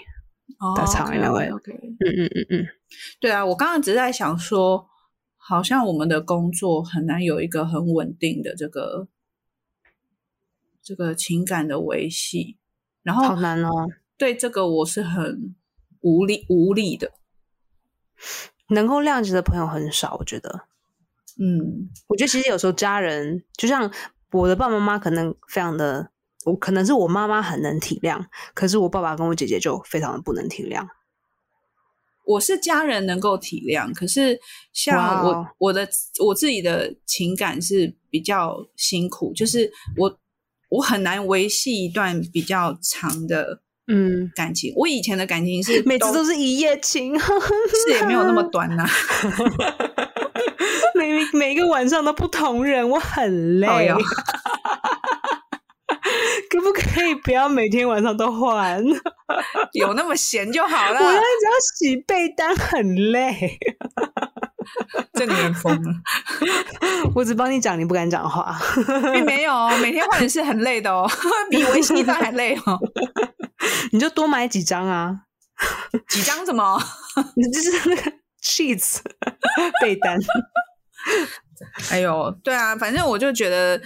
[SPEAKER 2] 哦
[SPEAKER 1] That's how I know it.
[SPEAKER 2] OK，
[SPEAKER 1] 嗯嗯嗯嗯，
[SPEAKER 2] 对啊，我刚刚只是在想说，好像我们的工作很难有一个很稳定的这个这个情感的维系，然
[SPEAKER 1] 好
[SPEAKER 2] 后
[SPEAKER 1] 难哦。
[SPEAKER 2] 对这个我是很无力无力的。
[SPEAKER 1] 能够谅解的朋友很少，我觉得。
[SPEAKER 2] 嗯，
[SPEAKER 1] 我觉得其实有时候家人，就像我的爸爸妈妈，可能非常的，我可能是我妈妈很能体谅，可是我爸爸跟我姐姐就非常的不能体谅。
[SPEAKER 2] 我是家人能够体谅，可是像我、
[SPEAKER 1] 哇哦
[SPEAKER 2] 我的我自己的情感是比较辛苦，就是我我很难维系一段比较长的
[SPEAKER 1] 嗯，
[SPEAKER 2] 感情。我以前的感情是
[SPEAKER 1] 每次
[SPEAKER 2] 都
[SPEAKER 1] 都是一夜情， (laughs)
[SPEAKER 2] 是也没有那么短呐、
[SPEAKER 1] (laughs) 每每一个晚上都不同人，我很累。
[SPEAKER 2] 哎呦
[SPEAKER 1] (laughs) 可不可以不要每天晚上都 (laughs) 换？
[SPEAKER 2] 有那么闲就好了
[SPEAKER 1] 我。要只要洗被单很累，
[SPEAKER 2] 这女人疯
[SPEAKER 1] (laughs)
[SPEAKER 2] 了，
[SPEAKER 1] 我只帮你讲，你不敢讲话。
[SPEAKER 2] 并没有哦，每天换也是很累的哦， (laughs) 比维系一段还累哦。
[SPEAKER 1] 你就多买几张啊，
[SPEAKER 2] 几张怎么？
[SPEAKER 1] (laughs) 你就是那个 (laughs) sheets 被单。
[SPEAKER 2] 哎呦，对啊，反正我就觉得，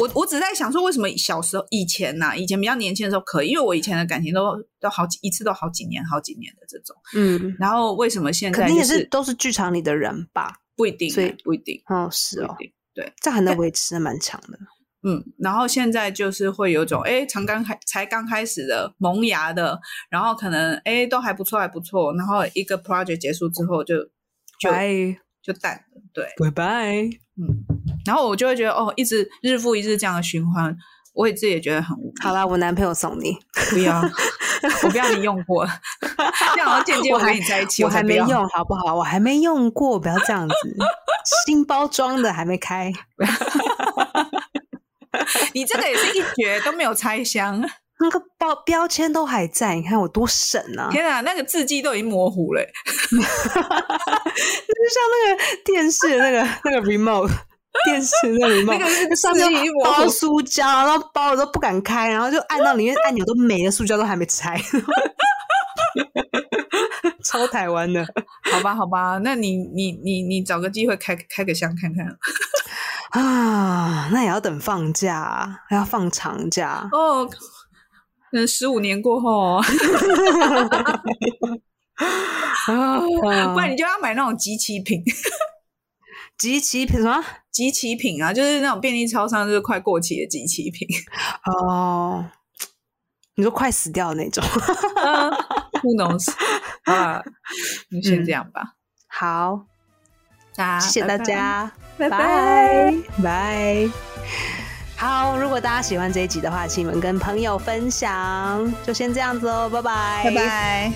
[SPEAKER 2] 我我只在想说，为什么小时候以前呐、以前比较年轻的时候可以，因为我以前的感情都都好几一次都好几年、好几年的这种，
[SPEAKER 1] (laughs) 嗯，
[SPEAKER 2] 然后为什么现
[SPEAKER 1] 肯
[SPEAKER 2] 在
[SPEAKER 1] 定
[SPEAKER 2] 就
[SPEAKER 1] 也是都是剧场里的人吧？
[SPEAKER 2] 不一定、啊
[SPEAKER 1] 所以
[SPEAKER 2] 不一定，
[SPEAKER 1] 哦，是
[SPEAKER 2] 不一
[SPEAKER 1] 哦，
[SPEAKER 2] 定。对，
[SPEAKER 1] 这样还能维持，蛮强的。
[SPEAKER 2] 嗯，然后现在就是会有种哎，才刚开才刚开始的萌芽的，然后可能哎都还不错还不错，然后一个 project 结束之后就就
[SPEAKER 1] 拜
[SPEAKER 2] 就淡了，对，
[SPEAKER 1] 拜拜，
[SPEAKER 2] 嗯，然后我就会觉得哦，一直日复一日这样的循环，我也自己也觉得很无
[SPEAKER 1] 好啦，我男朋友送你，
[SPEAKER 2] 不 (laughs) 要，我不要你用 (laughs) 过，这样好像间接
[SPEAKER 1] 我
[SPEAKER 2] 我
[SPEAKER 1] 还
[SPEAKER 2] 跟你在一起，
[SPEAKER 1] 我
[SPEAKER 2] 才
[SPEAKER 1] 还
[SPEAKER 2] 不
[SPEAKER 1] 没
[SPEAKER 2] 要，
[SPEAKER 1] 用，好不好？我还没用过，不要这样子，新包装的还没开，
[SPEAKER 2] 你这个也是一绝都没有拆箱，
[SPEAKER 1] 那个包标签都还在，你看我多省啊！
[SPEAKER 2] 天哪，那个字迹都已经模糊了欸，
[SPEAKER 1] 就像那个电视的那个那个 remote。电 (laughs) 视那个
[SPEAKER 2] 那
[SPEAKER 1] remote，
[SPEAKER 2] 个是
[SPEAKER 1] 上面
[SPEAKER 2] 自己一模糊
[SPEAKER 1] 包塑胶，然后包我都不敢开，然后就按到里面按钮都没了，塑胶都还没拆， (laughs) 超台湾的。
[SPEAKER 2] 好吧好吧，那你你你你找个机会开开个箱看看。
[SPEAKER 1] 啊，那也要等放假、啊，还要放长假。
[SPEAKER 2] 哦，嗯，十五年过后、哦，
[SPEAKER 1] 啊，
[SPEAKER 2] (laughs) 不然你就要买那种集齐品，
[SPEAKER 1] 集齐品什么？
[SPEAKER 2] 集齐品啊，就是那种便利超商就是快过期的集齐品，
[SPEAKER 1] 哦，你说快死掉的那种。 (laughs)
[SPEAKER 2] 嗯，who (laughs) knows 啊，就先这样吧，
[SPEAKER 1] 好，
[SPEAKER 2] 嗯大家
[SPEAKER 1] 谢谢大，家，
[SPEAKER 2] 拜拜。
[SPEAKER 1] 拜拜。好，如果大家喜欢这一集的话，请你们跟朋友分享。就先这样子哦，拜拜，
[SPEAKER 2] 拜拜。